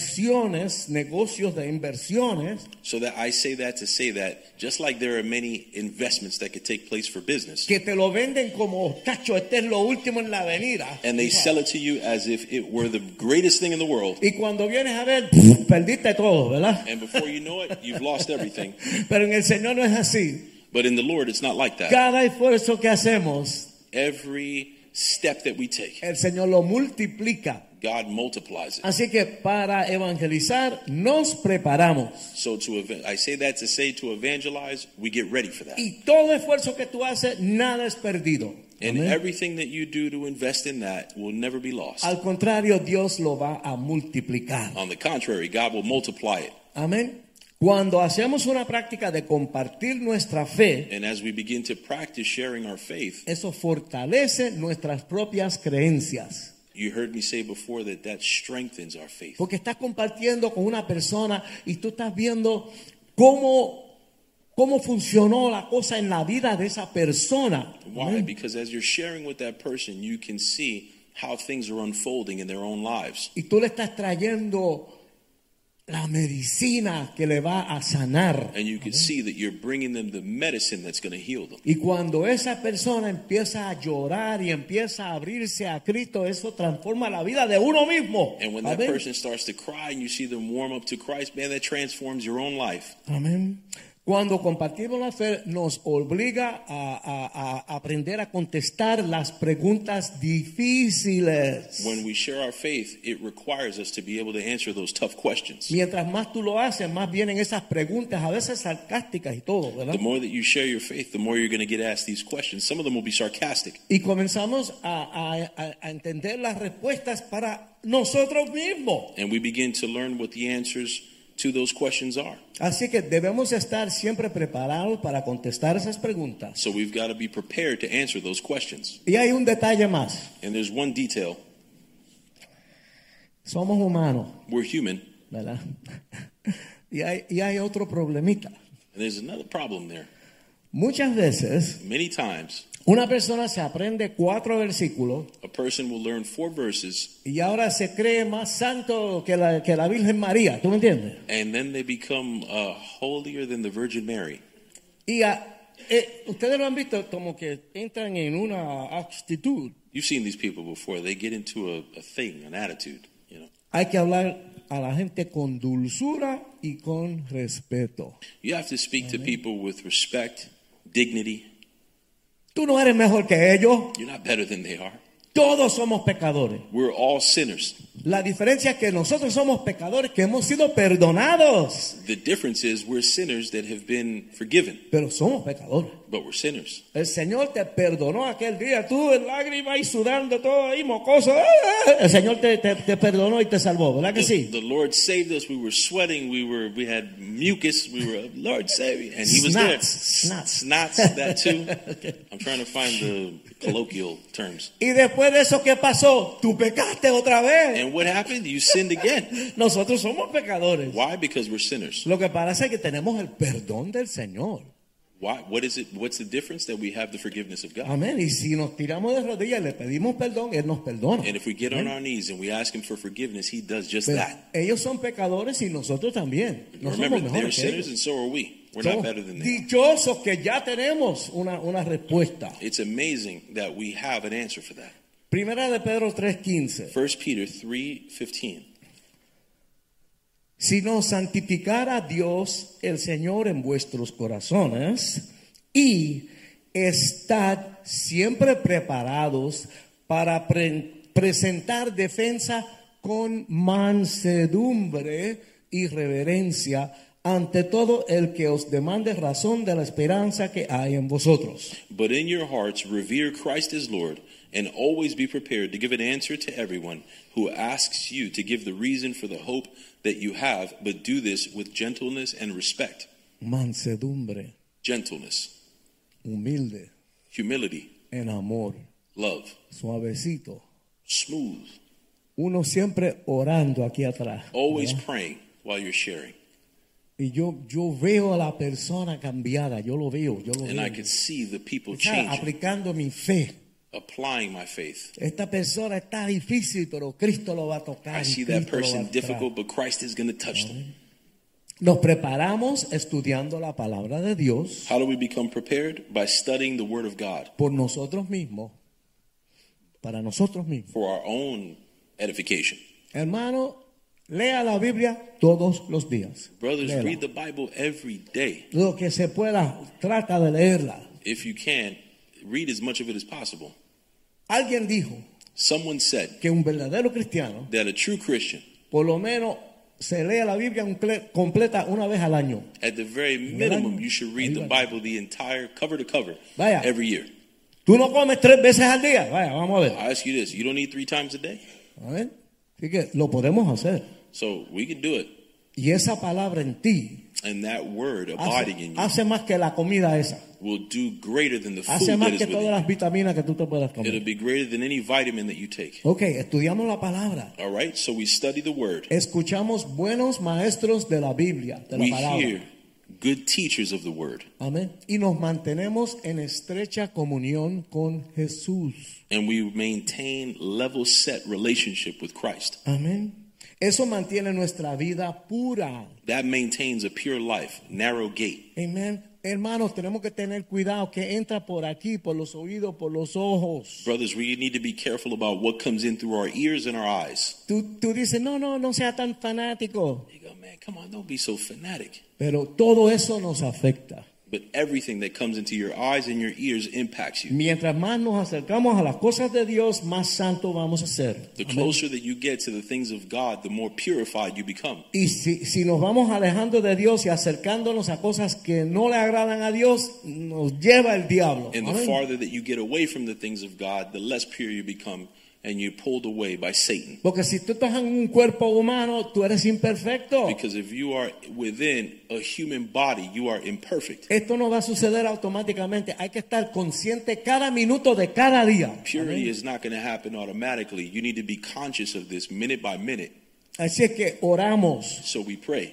[SPEAKER 2] inversiones, negocios de inversiones,
[SPEAKER 3] So that I say that to say that just like there are many investments that could take place for business,
[SPEAKER 2] que te lo venden como, tacho, este es lo último en la avenida.
[SPEAKER 3] and they sell it to you as if it were the greatest thing in the world.
[SPEAKER 2] Y cuando vienes a ver, perdiste todo, ¿verdad?
[SPEAKER 3] And before you know it, you've lost everything.
[SPEAKER 2] Pero en el Señor no es así.
[SPEAKER 3] But in the Lord, it's not like that.
[SPEAKER 2] Cada esfuerzo que hacemos,
[SPEAKER 3] Every step that we take,
[SPEAKER 2] el Señor lo multiplica
[SPEAKER 3] God multiplies it.
[SPEAKER 2] Así que para evangelizar nos preparamos.
[SPEAKER 3] So to ev- I say that to say to evangelize, we get ready for that.
[SPEAKER 2] Y todo esfuerzo que tú haces, nada es perdido.
[SPEAKER 3] And
[SPEAKER 2] Amén.
[SPEAKER 3] everything that you do to invest in that will never be lost.
[SPEAKER 2] Al contrario, Dios lo va a multiplicar.
[SPEAKER 3] On the contrary, God will multiply it.
[SPEAKER 2] Amén. Cuando hacemos una práctica de compartir nuestra fe,
[SPEAKER 3] And as we begin to practice sharing our faith,
[SPEAKER 2] eso fortalece nuestras propias creencias.
[SPEAKER 3] you heard me say before that that strengthens our faith.
[SPEAKER 2] Porque estás compartiendo con una persona y tú estás viendo cómo, cómo funcionó la cosa en la vida de esa persona.
[SPEAKER 3] Why? Because as you're sharing with that person, you can see how things are unfolding in their own lives.
[SPEAKER 2] Y tú le estás trayendo la medicina que le va a sanar.
[SPEAKER 3] And you can see that you're bringing them the medicine that's going to heal them.
[SPEAKER 2] Y cuando esa persona empieza a llorar y empieza a abrirse a Cristo, eso transforma la vida de uno mismo.
[SPEAKER 3] And when that
[SPEAKER 2] Amén.
[SPEAKER 3] person starts to cry and you see them warm up to Christ, man, that transforms your own life.
[SPEAKER 2] Amén. Cuando compartimos la fe, nos obliga a, a- a aprender a contestar las preguntas difíciles.
[SPEAKER 3] When we share our faith, it requires us to be able to answer those tough questions.
[SPEAKER 2] Mientras más tú lo haces, más vienen esas preguntas, a veces sarcásticas y todo, ¿verdad?
[SPEAKER 3] The more that you share your faith, the more you're going to get asked these questions. Some of them will be sarcastic.
[SPEAKER 2] Y comenzamos a, a- a- a entender las respuestas para nosotros mismos.
[SPEAKER 3] And we begin to learn what the answers to those questions are.
[SPEAKER 2] Así que debemos estar siempre preparados para contestar esas preguntas.
[SPEAKER 3] So we've got to be prepared to answer those questions.
[SPEAKER 2] Y hay un detalle más.
[SPEAKER 3] And there's one detail
[SPEAKER 2] Somos humanos,
[SPEAKER 3] we're human,
[SPEAKER 2] ¿verdad? Y hay, y hay otro problemita.
[SPEAKER 3] and there's another problem there.
[SPEAKER 2] Muchas veces
[SPEAKER 3] Many times,
[SPEAKER 2] una persona se aprende cuatro versículos
[SPEAKER 3] a person will learn four verses
[SPEAKER 2] y ahora se cree más santo que la, que la Virgen María, ¿tú me entiendes?
[SPEAKER 3] and then they become uh, holier than the Virgin Mary.
[SPEAKER 2] Y ah, eh, ustedes lo han visto como que entran en una actitud.
[SPEAKER 3] You've seen these people before. They get into a, a thing, an attitude, you know.
[SPEAKER 2] Hay que hablar a la gente con dulzura y con respeto.
[SPEAKER 3] You have to speak to people with respect, dignity.
[SPEAKER 2] Tú no eres mejor que ellos.
[SPEAKER 3] You're not better than they are.
[SPEAKER 2] Todos somos pecadores.
[SPEAKER 3] We're all sinners.
[SPEAKER 2] La diferencia es que nosotros somos pecadores que hemos sido perdonados,
[SPEAKER 3] The difference is we're sinners that have been forgiven,
[SPEAKER 2] pero somos pecadores.
[SPEAKER 3] but we're sinners.
[SPEAKER 2] El Señor te perdonó aquel día, tú en lágrimas y sudando todo ahí, mocoso. ¡Ah, ah! El Señor te, te- te perdonó y te salvó, ¿verdad que
[SPEAKER 3] The,
[SPEAKER 2] sí?
[SPEAKER 3] the Lord saved us. We were sweating. We were we had mucus. We were Lord save me, and He was there.
[SPEAKER 2] Snots. Snots.
[SPEAKER 3] Snots. That too. I'm trying to find the colloquial terms.
[SPEAKER 2] Y después de eso, ¿qué pasó? Tú pecaste otra vez.
[SPEAKER 3] And what happened? You sinned again.
[SPEAKER 2] Nosotros somos pecadores.
[SPEAKER 3] Why? Because we're sinners.
[SPEAKER 2] Lo que pasa es que tenemos el perdón del Señor.
[SPEAKER 3] Why? What is it? What's the difference that we have the forgiveness of God?
[SPEAKER 2] Amén. Y si nos tiramos de rodillas y le pedimos perdón, Él nos perdona.
[SPEAKER 3] And if we get on our knees and we ask Him for forgiveness, He does just
[SPEAKER 2] Pero
[SPEAKER 3] that.
[SPEAKER 2] ellos son pecadores y nosotros también. No
[SPEAKER 3] Remember,
[SPEAKER 2] somos
[SPEAKER 3] they're
[SPEAKER 2] mejores que
[SPEAKER 3] sinners,
[SPEAKER 2] ellos.
[SPEAKER 3] and so are we. We're not
[SPEAKER 2] Somos
[SPEAKER 3] better than they are.
[SPEAKER 2] dichosos que ya tenemos una, una respuesta.
[SPEAKER 3] It's amazing that we have an answer for that.
[SPEAKER 2] Primera de Pedro 3.15.
[SPEAKER 3] 1 Peter 3:15.
[SPEAKER 2] Si nos santificara Dios el Señor en vuestros corazones y estad siempre preparados para pre- presentar defensa con mansedumbre y reverencia ante todo el que os demande razón de la esperanza que hay en vosotros.
[SPEAKER 3] But in your hearts revere Christ as Lord, and always be prepared to give an answer to everyone who asks you to give the reason for the hope that you have, but do this with gentleness and respect.
[SPEAKER 2] Mansedumbre,
[SPEAKER 3] Gentleness,
[SPEAKER 2] humilde,
[SPEAKER 3] humility,
[SPEAKER 2] en amor,
[SPEAKER 3] love,
[SPEAKER 2] suavecito.
[SPEAKER 3] smooth,
[SPEAKER 2] Uno siempre orando aquí atrás.
[SPEAKER 3] always
[SPEAKER 2] ¿verdad?
[SPEAKER 3] praying while you're sharing.
[SPEAKER 2] Y yo, yo veo a la persona cambiada, yo lo veo, yo lo
[SPEAKER 3] And
[SPEAKER 2] veo.
[SPEAKER 3] I could see the people
[SPEAKER 2] Está
[SPEAKER 3] changing,
[SPEAKER 2] aplicando mi fe.
[SPEAKER 3] applying my faith.
[SPEAKER 2] Esta persona está difícil, pero Cristo lo va a tocar.
[SPEAKER 3] I
[SPEAKER 2] y
[SPEAKER 3] see that
[SPEAKER 2] Cristo lo va a
[SPEAKER 3] person
[SPEAKER 2] tocar.
[SPEAKER 3] difficult, but Christ is going to touch them.
[SPEAKER 2] Nos preparamos estudiando la palabra de Dios
[SPEAKER 3] How do we become prepared? By studying the Word of God
[SPEAKER 2] por nosotros mismos, para nosotros mismos.
[SPEAKER 3] for our own edification.
[SPEAKER 2] Hermano, lea la Biblia todos los días.
[SPEAKER 3] Brothers,
[SPEAKER 2] Léela.
[SPEAKER 3] read the Bible every day.
[SPEAKER 2] Lo que se pueda, trata de leerla.
[SPEAKER 3] If you can, read as much of it as possible.
[SPEAKER 2] Alguien dijo,
[SPEAKER 3] Someone said
[SPEAKER 2] que un verdadero cristiano
[SPEAKER 3] that a true Christian,
[SPEAKER 2] por lo menos se lea la Biblia comple- completa una vez al año.
[SPEAKER 3] at the very minimum, you should read the Bible the entire cover to cover
[SPEAKER 2] Vaya.
[SPEAKER 3] every year.
[SPEAKER 2] Tú no comes tres veces al día. Vaya, vamos a ver.
[SPEAKER 3] I ask you this: you don't eat three times a day,
[SPEAKER 2] A ver. Así que lo podemos hacer.
[SPEAKER 3] so we can do it.
[SPEAKER 2] Y esa palabra en ti
[SPEAKER 3] And that word abiding
[SPEAKER 2] hace,
[SPEAKER 3] in you
[SPEAKER 2] hace más que la comida esa.
[SPEAKER 3] will do greater than the food
[SPEAKER 2] Hace más
[SPEAKER 3] that is
[SPEAKER 2] que
[SPEAKER 3] within
[SPEAKER 2] todas
[SPEAKER 3] you.
[SPEAKER 2] las vitaminas que tú te puedas
[SPEAKER 3] It'll
[SPEAKER 2] comer.
[SPEAKER 3] be greater than any vitamin that you take.
[SPEAKER 2] Ok, estudiamos la palabra.
[SPEAKER 3] All right, so we study the word.
[SPEAKER 2] Escuchamos buenos maestros de la Biblia, de la
[SPEAKER 3] We
[SPEAKER 2] palabra.
[SPEAKER 3] hear good teachers of the word,
[SPEAKER 2] Amén. Y nos mantenemos en estrecha comunión con Jesús.
[SPEAKER 3] and we maintain level set relationship with Christ.
[SPEAKER 2] Amén. Eso mantiene nuestra vida pura.
[SPEAKER 3] That maintains a pure life, narrow gate.
[SPEAKER 2] Amén. Hermanos, tenemos que tener cuidado que entra por aquí, por los oídos, por los ojos.
[SPEAKER 3] Brothers, we need to be careful about what comes in through our ears and our eyes.
[SPEAKER 2] Tú, tú dices, no, no, no sea tan fanático.
[SPEAKER 3] You go, man, come on, don't be so fanatic.
[SPEAKER 2] Pero todo eso nos afecta.
[SPEAKER 3] But everything that comes into your eyes and your ears impacts you.
[SPEAKER 2] Mientras más nos acercamos a las cosas de Dios, más santo vamos a ser.
[SPEAKER 3] The
[SPEAKER 2] Amén.
[SPEAKER 3] closer that you get to the things of God, the more purified you become.
[SPEAKER 2] Y si, si nos vamos alejando de Dios y acercándonos a cosas que no le agradan a Dios, nos lleva el diablo.
[SPEAKER 3] And the
[SPEAKER 2] Amén.
[SPEAKER 3] farther that you get away from the things of God, the less pure you become, and you're pulled away by Satan.
[SPEAKER 2] Porque si tú estás en un cuerpo humano, tú eres imperfecto.
[SPEAKER 3] Because if you are within a human body, you are imperfect.
[SPEAKER 2] Esto no va a suceder automáticamente. Hay que estar consciente cada minuto de cada día.
[SPEAKER 3] Purity is not going to happen automatically. You need to be conscious of this minute by minute.
[SPEAKER 2] Así es que oramos,
[SPEAKER 3] So we pray.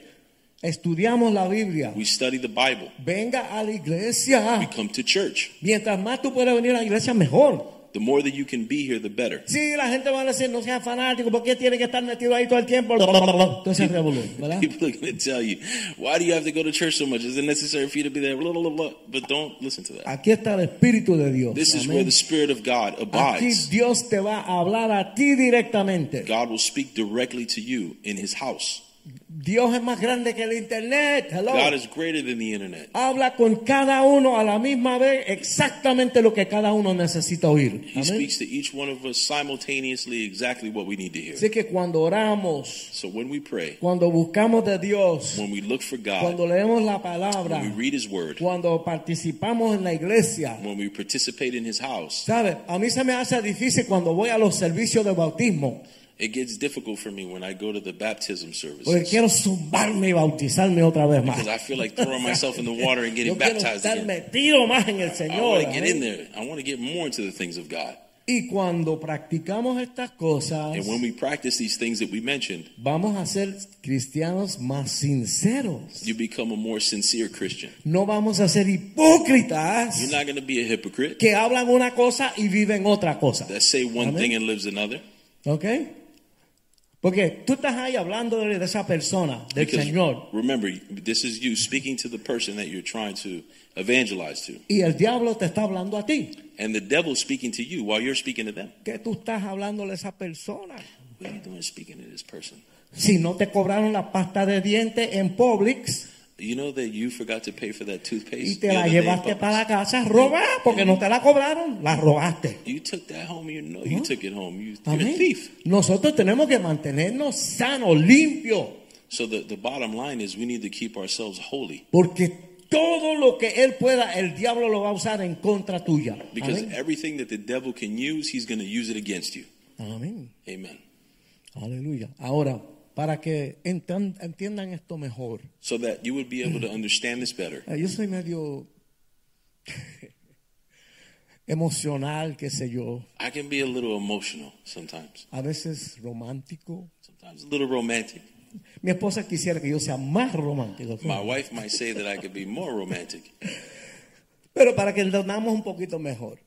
[SPEAKER 2] estudiamos la Biblia.
[SPEAKER 3] We study the Bible.
[SPEAKER 2] Venga a la
[SPEAKER 3] We
[SPEAKER 2] iglesia.
[SPEAKER 3] come to church.
[SPEAKER 2] Mientras más tú puedas venir a la iglesia, mejor.
[SPEAKER 3] The more that you can be here, the better.
[SPEAKER 2] Sí, la gente va a decir, no seas fanático, porque tiene que estar metido ahí todo el tiempo? Todo ese revolú, ¿verdad?
[SPEAKER 3] People are going to tell you, why do you have to go to church so much? Is it necessary for you to be there? Blah, blah, blah, blah. But don't listen to that.
[SPEAKER 2] Aquí está el Espíritu de Dios.
[SPEAKER 3] This is
[SPEAKER 2] Amén.
[SPEAKER 3] where the Spirit of God
[SPEAKER 2] Aquí
[SPEAKER 3] abides.
[SPEAKER 2] Dios te va a hablar a ti directamente.
[SPEAKER 3] God will speak directly to you in his house.
[SPEAKER 2] Dios es más grande que el internet. Hello.
[SPEAKER 3] God is greater than the internet.
[SPEAKER 2] Habla con cada uno a la misma vez exactamente lo que cada uno necesita oír.
[SPEAKER 3] He
[SPEAKER 2] Amén.
[SPEAKER 3] speaks to each one of us simultaneously exactly what we need to hear.
[SPEAKER 2] Así que cuando oramos,
[SPEAKER 3] So when we pray,
[SPEAKER 2] cuando buscamos de Dios,
[SPEAKER 3] when we look for God,
[SPEAKER 2] cuando leemos la
[SPEAKER 3] when we
[SPEAKER 2] palabra,
[SPEAKER 3] read his word,
[SPEAKER 2] cuando participamos en la iglesia,
[SPEAKER 3] when we participate in his house,
[SPEAKER 2] ¿sabe? A mí se me hace difícil cuando voy a los servicios de bautismo,
[SPEAKER 3] it gets difficult for me when I go to the baptism
[SPEAKER 2] porque
[SPEAKER 3] services
[SPEAKER 2] quiero zumbarme y bautizarme otra vez más.
[SPEAKER 3] because I feel like throwing myself in the water and
[SPEAKER 2] Yo
[SPEAKER 3] getting
[SPEAKER 2] quiero
[SPEAKER 3] baptized
[SPEAKER 2] estar
[SPEAKER 3] again.
[SPEAKER 2] metido más en el
[SPEAKER 3] I
[SPEAKER 2] Señor.
[SPEAKER 3] want to get
[SPEAKER 2] amén.
[SPEAKER 3] in there. I want to get more into the things of God.
[SPEAKER 2] Y cuando practicamos estas cosas,
[SPEAKER 3] And when we practice these things that we mentioned,
[SPEAKER 2] vamos a ser cristianos más sinceros.
[SPEAKER 3] you become a more sincere Christian.
[SPEAKER 2] No vamos a ser hipócritas
[SPEAKER 3] You're not going to be a hypocrite
[SPEAKER 2] que hablan una cosa y viven otra cosa.
[SPEAKER 3] that say one
[SPEAKER 2] Amén.
[SPEAKER 3] thing and lives another.
[SPEAKER 2] ¿Ok? Porque tú estás ahí hablando de de esa persona, del
[SPEAKER 3] Because
[SPEAKER 2] Señor,
[SPEAKER 3] remember, this is you speaking to the person that you're trying to evangelize to.
[SPEAKER 2] y el diablo te está hablando a ti.
[SPEAKER 3] And the devil's speaking to you while you're speaking to them.
[SPEAKER 2] ¿Qué tú estás hablando de esa persona?
[SPEAKER 3] What are you doing speaking to this person?
[SPEAKER 2] Si no te cobraron la pasta de dientes en Publix
[SPEAKER 3] You know that you forgot to pay for that
[SPEAKER 2] y
[SPEAKER 3] toothpaste?
[SPEAKER 2] te
[SPEAKER 3] the
[SPEAKER 2] la
[SPEAKER 3] other day in
[SPEAKER 2] llevaste
[SPEAKER 3] Publix?
[SPEAKER 2] para la casa, roba, porque no te la cobraron, la robaste.
[SPEAKER 3] You took that home. You know you took it home. You, you're a
[SPEAKER 2] Amén.
[SPEAKER 3] thief.
[SPEAKER 2] Nosotros tenemos que mantenernos sanos, limpios,
[SPEAKER 3] So the, the bottom line is we need to keep ourselves holy
[SPEAKER 2] porque todo lo que él pueda, el diablo lo va a usar en contra tuya.
[SPEAKER 3] because
[SPEAKER 2] Amén.
[SPEAKER 3] everything that the devil can use, he's going to use it against you.
[SPEAKER 2] Amén.
[SPEAKER 3] Amen.
[SPEAKER 2] Aleluya. Ahora, para que entan- entiendan esto mejor,
[SPEAKER 3] So that you would be able to understand this better.
[SPEAKER 2] eh, yo soy medio emocional, qué sé yo,
[SPEAKER 3] I can be a little emotional sometimes,
[SPEAKER 2] a veces romántico.
[SPEAKER 3] sometimes a little romantic.
[SPEAKER 2] Mi esposa quisiera que yo sea más romántico.
[SPEAKER 3] My wife might say that I could be more romantic,
[SPEAKER 2] Pero para que entendamos un poquito mejor.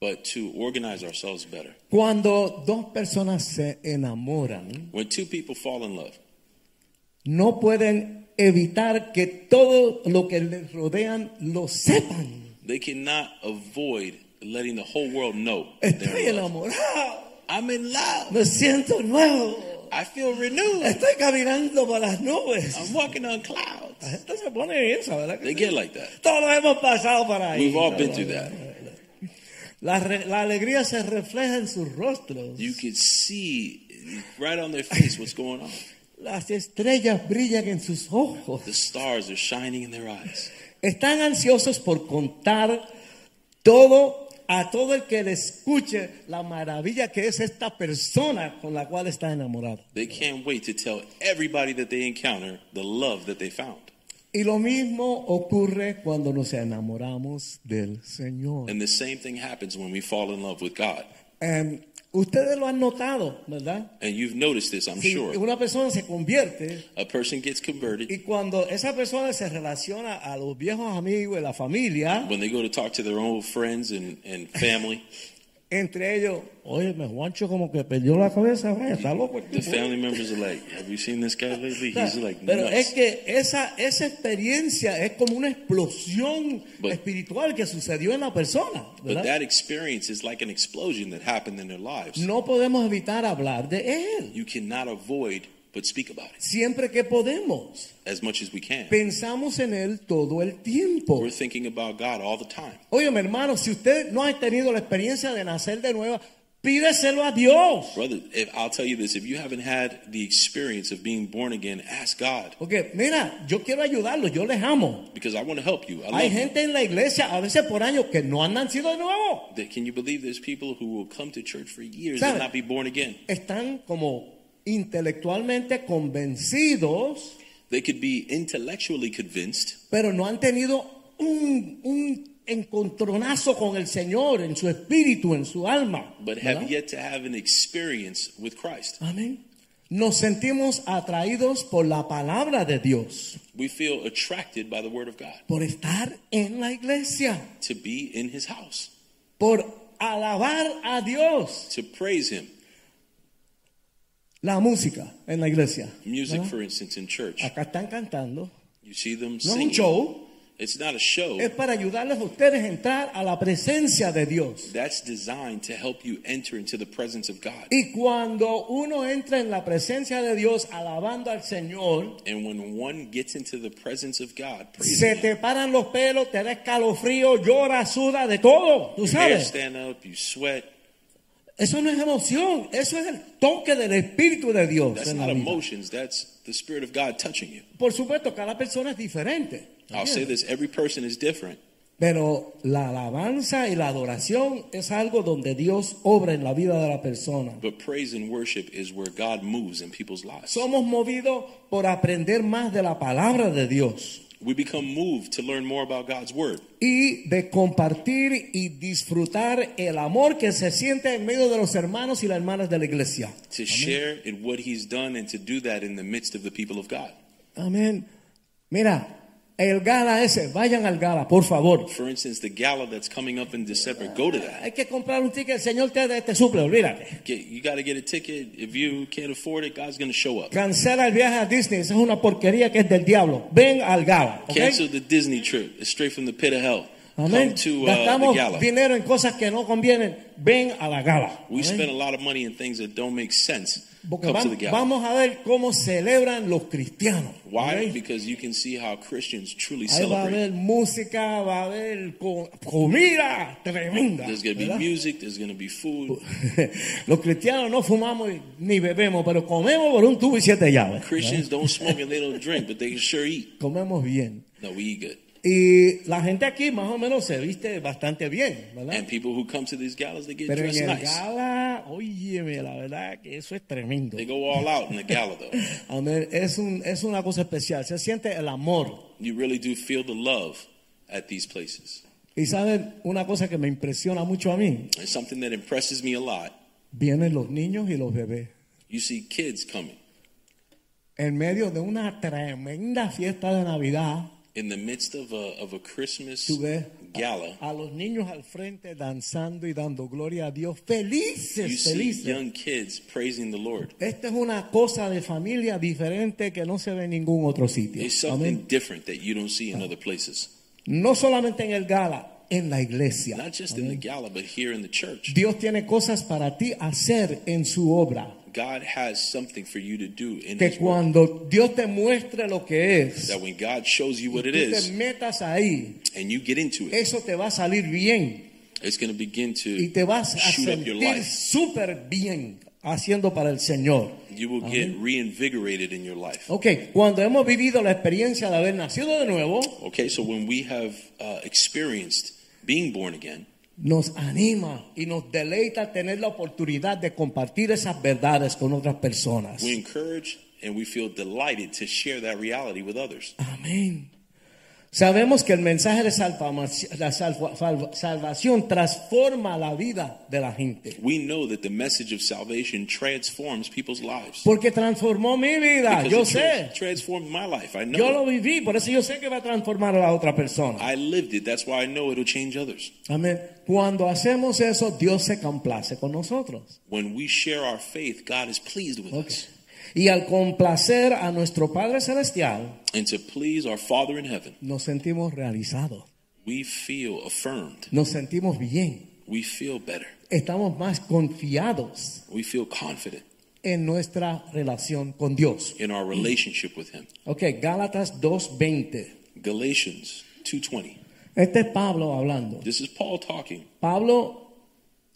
[SPEAKER 3] but to organize ourselves better.
[SPEAKER 2] Cuando dos personas se enamoran,
[SPEAKER 3] When two people fall in love,
[SPEAKER 2] no pueden evitar que todo lo que les rodean lo sepan.
[SPEAKER 3] they cannot avoid letting the whole world know they're
[SPEAKER 2] Estoy
[SPEAKER 3] in love.
[SPEAKER 2] enamorado,
[SPEAKER 3] I'm in love.
[SPEAKER 2] me siento nuevo,
[SPEAKER 3] I feel renewed.
[SPEAKER 2] estoy caminando por las nubes.
[SPEAKER 3] I'm walking on clouds.
[SPEAKER 2] La gente se pone en esa, ¿verdad? que
[SPEAKER 3] They
[SPEAKER 2] sí?
[SPEAKER 3] get like that.
[SPEAKER 2] Todos hemos pasado para ahí.
[SPEAKER 3] We've all been through that.
[SPEAKER 2] La, re- la alegría se refleja en sus rostros.
[SPEAKER 3] You could see right on their face what's going on.
[SPEAKER 2] Las estrellas brillan en sus ojos.
[SPEAKER 3] The stars are shining in their eyes.
[SPEAKER 2] Están ansiosos por contar todo a todo el que le escuche la maravilla que es esta persona con la cual está enamorado.
[SPEAKER 3] They can't wait to tell everybody that they encounter the love that they found.
[SPEAKER 2] Y lo mismo ocurre cuando nos enamoramos del Señor.
[SPEAKER 3] And the same thing happens when we fall in love with God.
[SPEAKER 2] Em, ustedes lo han notado, ¿verdad?
[SPEAKER 3] And you've noticed this, I'm
[SPEAKER 2] Si
[SPEAKER 3] sure.
[SPEAKER 2] una persona se convierte
[SPEAKER 3] A person gets converted.
[SPEAKER 2] y cuando esa persona se relaciona a los viejos amigos y la familia,
[SPEAKER 3] When they go to talk to their old friends and, and family,
[SPEAKER 2] entre ellos, oye, me Juancho como que perdió la cabeza, vaya, está loco. el
[SPEAKER 3] the
[SPEAKER 2] tipo".
[SPEAKER 3] family members are like, Have you seen this guy lately?
[SPEAKER 2] O sea,
[SPEAKER 3] He's like
[SPEAKER 2] Pero es
[SPEAKER 3] nuts.
[SPEAKER 2] que esa, esa experiencia es como una explosión
[SPEAKER 3] But-
[SPEAKER 2] espiritual que sucedió en la persona.
[SPEAKER 3] But
[SPEAKER 2] ¿verdad?
[SPEAKER 3] that experience is like an explosion that happened in their lives.
[SPEAKER 2] no podemos evitar hablar de él.
[SPEAKER 3] You cannot avoid but speak about it
[SPEAKER 2] Siempre que podemos,
[SPEAKER 3] as much as we can.
[SPEAKER 2] pensamos en él todo el tiempo.
[SPEAKER 3] We're thinking about God all the time.
[SPEAKER 2] Oye, mi hermano, si usted no ha tenido la experiencia de nacer de nuevo, pídeselo a Dios.
[SPEAKER 3] Brother, if, I'll tell you this if you haven't had the experience of being born again, ask God
[SPEAKER 2] Porque, mira, yo quiero ayudarlo, yo les amo.
[SPEAKER 3] because I want to help you. I
[SPEAKER 2] Hay
[SPEAKER 3] love you.
[SPEAKER 2] gente en la iglesia, a veces por años, que no han nacido de nuevo.
[SPEAKER 3] That- Can you believe there's people who will come to church for years
[SPEAKER 2] ¿Sabe?
[SPEAKER 3] and not be born again?
[SPEAKER 2] Están como intelectualmente convencidos,
[SPEAKER 3] They could be intellectually convinced,
[SPEAKER 2] pero no han tenido un, un encontronazo con el Señor en su espíritu, en su alma.
[SPEAKER 3] but
[SPEAKER 2] ¿verdad?
[SPEAKER 3] have yet to have an experience with Christ.
[SPEAKER 2] Amén. Nos sentimos atraídos por la palabra de Dios,
[SPEAKER 3] We feel attracted by the Word of God
[SPEAKER 2] por estar en la iglesia.
[SPEAKER 3] to be in His house,
[SPEAKER 2] por alabar a Dios.
[SPEAKER 3] to praise Him.
[SPEAKER 2] La música en la iglesia.
[SPEAKER 3] Music,
[SPEAKER 2] ¿verdad?
[SPEAKER 3] for instance, in church,
[SPEAKER 2] Acá están cantando.
[SPEAKER 3] you see them
[SPEAKER 2] No es un
[SPEAKER 3] singing.
[SPEAKER 2] show.
[SPEAKER 3] It's not a show.
[SPEAKER 2] Es para ayudarles a ustedes a entrar a la presencia de Dios.
[SPEAKER 3] That's designed to help you enter into the presence of God.
[SPEAKER 2] Y cuando uno entra en la presencia de Dios alabando al Señor,
[SPEAKER 3] And when one gets into the presence of God,
[SPEAKER 2] se
[SPEAKER 3] praising Him,
[SPEAKER 2] te paran los pelos, te da escalofrío, llora, suda, de todo. Tú
[SPEAKER 3] your hair
[SPEAKER 2] sabes.
[SPEAKER 3] stand up, you sweat.
[SPEAKER 2] Eso no es emoción. Eso es el toque del Espíritu de Dios.
[SPEAKER 3] That's
[SPEAKER 2] en la
[SPEAKER 3] not
[SPEAKER 2] vida.
[SPEAKER 3] emotions. That's the Spirit of God touching you.
[SPEAKER 2] Por supuesto, cada persona es diferente.
[SPEAKER 3] I'll say this every person is different,
[SPEAKER 2] Pero la alabanza y la adoración es algo donde Dios obra en la vida de la persona.
[SPEAKER 3] but praise and worship is where God moves in people's lives.
[SPEAKER 2] Somos movidos por aprender más de la palabra de Dios
[SPEAKER 3] We become moved to learn more about God's Word
[SPEAKER 2] y de compartir y disfrutar el amor que se siente en medio de los hermanos y las hermanas de la iglesia.
[SPEAKER 3] to share in what He's done and to do that in the midst of the people of God.
[SPEAKER 2] Amén. Mira, el gala ese, vayan al gala, por favor.
[SPEAKER 3] For instance, the gala that's coming up in December, go to that.
[SPEAKER 2] Hay que comprar un ticket, el Señor te, te suple, olvídate.
[SPEAKER 3] Get, you got to get a ticket. If you can't afford it, God's going to show up.
[SPEAKER 2] Cancela el viaje a Disney, esa es una porquería que es del diablo. Ven al gala. ¿ok?
[SPEAKER 3] Cancel the Disney trip. It's straight from the pit of hell.
[SPEAKER 2] Amén.
[SPEAKER 3] Come to uh, the
[SPEAKER 2] Gastamos
[SPEAKER 3] gala.
[SPEAKER 2] dinero en cosas que no convienen. Ven a la gala.
[SPEAKER 3] We
[SPEAKER 2] Amén.
[SPEAKER 3] spend a lot of money in things that don't make sense.
[SPEAKER 2] Porque
[SPEAKER 3] Come
[SPEAKER 2] vam-
[SPEAKER 3] to the
[SPEAKER 2] vamos,
[SPEAKER 3] gala.
[SPEAKER 2] a ver cómo celebran los cristianos.
[SPEAKER 3] Why?
[SPEAKER 2] Amén.
[SPEAKER 3] Because you can see how Christians truly
[SPEAKER 2] Ahí va a
[SPEAKER 3] celebrate.
[SPEAKER 2] haber música, va a haber co- comida tremenda.
[SPEAKER 3] There's going to be
[SPEAKER 2] ¿verdad?
[SPEAKER 3] music, there's going to be food.
[SPEAKER 2] los cristianos no fumamos y- ni bebemos, pero comemos por un tubo y siete llaves.
[SPEAKER 3] Christians don't smoke and they don't drink, but they can sure eat.
[SPEAKER 2] Comemos bien.
[SPEAKER 3] No, we eat good.
[SPEAKER 2] Y la gente aquí más o menos se viste bastante bien, ¿verdad?
[SPEAKER 3] And people who come to these galas, they get
[SPEAKER 2] pero en
[SPEAKER 3] dressed
[SPEAKER 2] el
[SPEAKER 3] nice.
[SPEAKER 2] gala, óyeme, la verdad que eso es tremendo.
[SPEAKER 3] They go all out in the gala, though.
[SPEAKER 2] Amén. Es, un, es una cosa especial. Se siente el amor.
[SPEAKER 3] You really do feel the love at these places.
[SPEAKER 2] Y saben una cosa que me impresiona mucho a mí.
[SPEAKER 3] And something that impresses me a lot,
[SPEAKER 2] Vienen los niños y los bebés.
[SPEAKER 3] you see kids coming.
[SPEAKER 2] En medio de una tremenda fiesta de Navidad,
[SPEAKER 3] In the midst of a, of a Christmas
[SPEAKER 2] tú ves
[SPEAKER 3] gala,
[SPEAKER 2] a los niños al frente danzando y dando gloria a Dios. Felices,
[SPEAKER 3] you see
[SPEAKER 2] felices.
[SPEAKER 3] young kids praising the Lord.
[SPEAKER 2] Esta es una cosa de familia diferente que no se ve en ningún otro sitio.
[SPEAKER 3] It's something
[SPEAKER 2] Amén. Uh-huh.
[SPEAKER 3] different that you don't see in other places.
[SPEAKER 2] No solamente en el gala, en la iglesia.
[SPEAKER 3] Not just in the gala, but here in the church.
[SPEAKER 2] Dios tiene cosas para ti hacer en su obra.
[SPEAKER 3] God has something for you to do in
[SPEAKER 2] que
[SPEAKER 3] His Word.
[SPEAKER 2] cuando Dios te muestre lo que es,
[SPEAKER 3] That when God shows you
[SPEAKER 2] y
[SPEAKER 3] what
[SPEAKER 2] tú
[SPEAKER 3] it
[SPEAKER 2] te
[SPEAKER 3] is
[SPEAKER 2] metas ahí,
[SPEAKER 3] and you get into it,
[SPEAKER 2] eso te va a salir bien.
[SPEAKER 3] It's going to begin to
[SPEAKER 2] y te vas a
[SPEAKER 3] shoot up
[SPEAKER 2] sentir
[SPEAKER 3] your life.
[SPEAKER 2] súper bien haciendo para el Señor.
[SPEAKER 3] You will
[SPEAKER 2] Uh-huh.
[SPEAKER 3] get reinvigorated in your life.
[SPEAKER 2] Ok, cuando hemos vivido la experiencia de haber nacido de nuevo,
[SPEAKER 3] Okay, so when we have uh, experienced being born again,
[SPEAKER 2] nos anima y nos deleita tener la oportunidad de compartir esas verdades con otras personas.
[SPEAKER 3] we encourage and we feel delighted to share that reality with others.
[SPEAKER 2] Amén. Sabemos que el mensaje de salva- la salva- salva- salvación transforma la vida de la gente.
[SPEAKER 3] We know that the message of salvation transforms people's lives.
[SPEAKER 2] Porque transformó mi vida, yo
[SPEAKER 3] Because it trans-
[SPEAKER 2] sé.
[SPEAKER 3] transformed my life. I know.
[SPEAKER 2] Yo
[SPEAKER 3] it.
[SPEAKER 2] lo viví, por eso yo sé que va a transformar a la otra persona.
[SPEAKER 3] I lived it. That's why I know it'll change others.
[SPEAKER 2] Amén. Cuando hacemos eso, Dios se complace con nosotros.
[SPEAKER 3] When we share our faith, God is pleased with
[SPEAKER 2] Ok.
[SPEAKER 3] us.
[SPEAKER 2] Y al complacer a nuestro Padre Celestial,
[SPEAKER 3] And to please our Father in heaven,
[SPEAKER 2] nos sentimos realizados,
[SPEAKER 3] we feel affirmed.
[SPEAKER 2] nos sentimos bien,
[SPEAKER 3] We feel better.
[SPEAKER 2] estamos más confiados
[SPEAKER 3] We feel confident
[SPEAKER 2] en nuestra relación con Dios.
[SPEAKER 3] in our relationship with Him.
[SPEAKER 2] Ok, Gálatas 2.20.
[SPEAKER 3] Galatians 2:20.
[SPEAKER 2] Este es Pablo hablando.
[SPEAKER 3] This is Paul talking.
[SPEAKER 2] Pablo,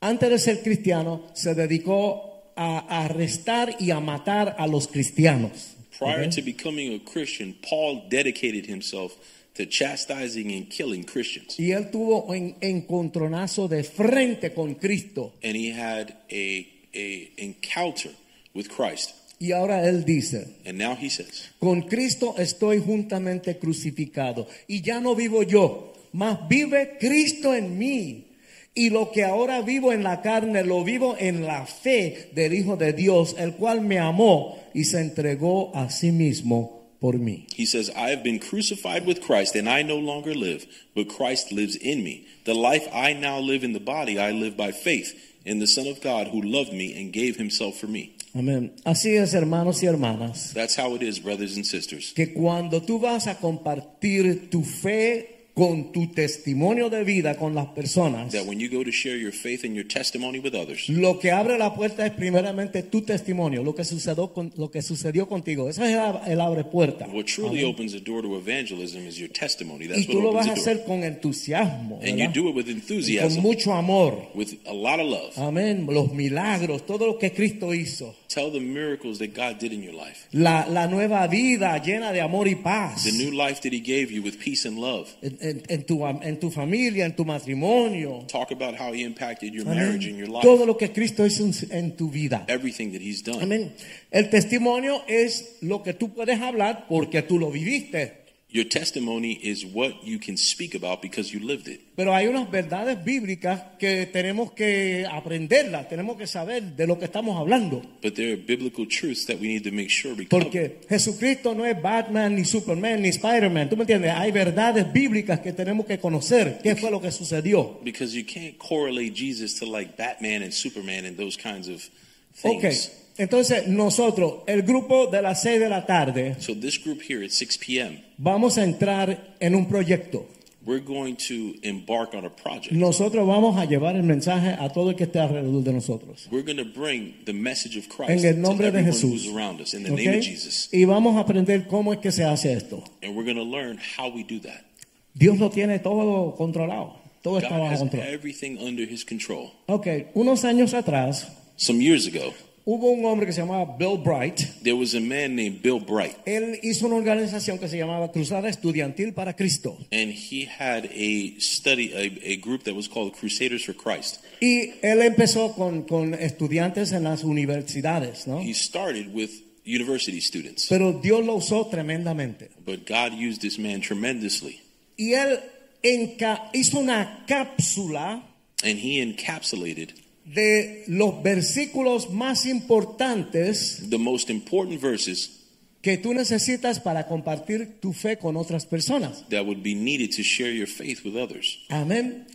[SPEAKER 2] antes de ser cristiano, se dedicó a arrestar y a matar a los cristianos.
[SPEAKER 3] Prior to becoming a Christian, Paul dedicated himself to chastising and killing Christians.
[SPEAKER 2] Y él tuvo un encontronazo de frente con Cristo.
[SPEAKER 3] And he had a a encounter with Christ.
[SPEAKER 2] Y ahora él dice,
[SPEAKER 3] And now he says,
[SPEAKER 2] con Cristo estoy juntamente crucificado y ya no vivo yo, mas vive Cristo en mí. Y lo que ahora vivo en la carne, lo vivo en la fe del Hijo de Dios, el cual me amó y se entregó a sí mismo por mí.
[SPEAKER 3] He says, I have been crucified with Christ, and I no longer live, but Christ lives in me. The life I now live in the body, I live by faith in the Son of God who loved me and gave himself for me.
[SPEAKER 2] Amén. Así es, hermanos y hermanas,
[SPEAKER 3] That's how it is, brothers and sisters.
[SPEAKER 2] que cuando tú vas a compartir tu fe con tu testimonio de vida con las personas,
[SPEAKER 3] That when you go to share your faith and your testimony with others,
[SPEAKER 2] Lo que abre la puerta es primeramente tu testimonio, lo que sucedió, con, lo que sucedió contigo. Eso es el, el abre puerta.
[SPEAKER 3] what truly opens the door to evangelism is your testimony.
[SPEAKER 2] Y
[SPEAKER 3] That's
[SPEAKER 2] tú lo
[SPEAKER 3] what
[SPEAKER 2] vas a
[SPEAKER 3] opens the door.
[SPEAKER 2] hacer con entusiasmo,
[SPEAKER 3] And you
[SPEAKER 2] ¿verdad?
[SPEAKER 3] do it
[SPEAKER 2] Y
[SPEAKER 3] with
[SPEAKER 2] con
[SPEAKER 3] enthusiasm,
[SPEAKER 2] mucho Ah. amor.
[SPEAKER 3] with a lot of love.
[SPEAKER 2] Amén. Los milagros, todo lo que Cristo hizo.
[SPEAKER 3] Tell the miracles that God did in your life,
[SPEAKER 2] La, la nueva vida llena de amor y paz.
[SPEAKER 3] the new life that He gave you with peace and love.
[SPEAKER 2] En, en- en tu, am- en tu familia, en tu matrimonio.
[SPEAKER 3] Talk about how He impacted your
[SPEAKER 2] Amén.
[SPEAKER 3] marriage and your life.
[SPEAKER 2] Todo lo que Cristo hizo en, en tu vida.
[SPEAKER 3] everything that he's done.
[SPEAKER 2] Amén. El testimonio es lo que tú puedes hablar porque tú lo viviste.
[SPEAKER 3] Your testimony is what you can speak about because you lived it.
[SPEAKER 2] Pero hay unas verdades bíblicas que tenemos que aprenderlas, tenemos que saber de lo que estamos hablando.
[SPEAKER 3] But there are biblical truths that we need to make sure we cover.
[SPEAKER 2] Porque Jesucristo no es Batman, ni Superman, ni Spider-Man. ¿Tú me entiendes? Hay verdades bíblicas que tenemos que conocer. ¿Qué fue lo que sucedió?
[SPEAKER 3] Because you can't correlate Jesus to like Batman and Superman and those kinds of
[SPEAKER 2] Ok.
[SPEAKER 3] things.
[SPEAKER 2] Entonces, nosotros, el grupo de las 6 de la tarde,
[SPEAKER 3] So this group here at 6 p.m.,
[SPEAKER 2] vamos a entrar en un proyecto.
[SPEAKER 3] we're going to embark on a project.
[SPEAKER 2] Nosotros vamos a llevar el mensaje a todo el que esté alrededor de nosotros.
[SPEAKER 3] We're going to bring the message of Christ
[SPEAKER 2] En el nombre
[SPEAKER 3] to
[SPEAKER 2] de
[SPEAKER 3] everyone
[SPEAKER 2] Jesús.
[SPEAKER 3] who's around us in the
[SPEAKER 2] Ok.
[SPEAKER 3] name of Jesus.
[SPEAKER 2] Y vamos a aprender cómo es que se hace esto.
[SPEAKER 3] And we're going to learn how we do that.
[SPEAKER 2] Dios lo tiene todo controlado. Todo está
[SPEAKER 3] God
[SPEAKER 2] bajo
[SPEAKER 3] has
[SPEAKER 2] control.
[SPEAKER 3] everything under his control.
[SPEAKER 2] Ok, unos años atrás
[SPEAKER 3] Some years ago,
[SPEAKER 2] hubo un hombre que se llamaba Bill Bright.
[SPEAKER 3] there was a man named Bill Bright.
[SPEAKER 2] Él hizo una organización que se llamaba Cruzada Estudiantil para Cristo.
[SPEAKER 3] and he had a study, a, a group that was called Crusaders for Christ.
[SPEAKER 2] Y él empezó con, con estudiantes en las universidades, ¿no?
[SPEAKER 3] He started with university students,
[SPEAKER 2] Pero Dios lo usó tremendamente.
[SPEAKER 3] but God used this man tremendously,
[SPEAKER 2] Y él enca- hizo una cápsula
[SPEAKER 3] and he encapsulated
[SPEAKER 2] de los versículos más importantes
[SPEAKER 3] the most important verses
[SPEAKER 2] que tú necesitas para compartir tu fe con otras personas.
[SPEAKER 3] that would be needed to share your faith with others.
[SPEAKER 2] Amén.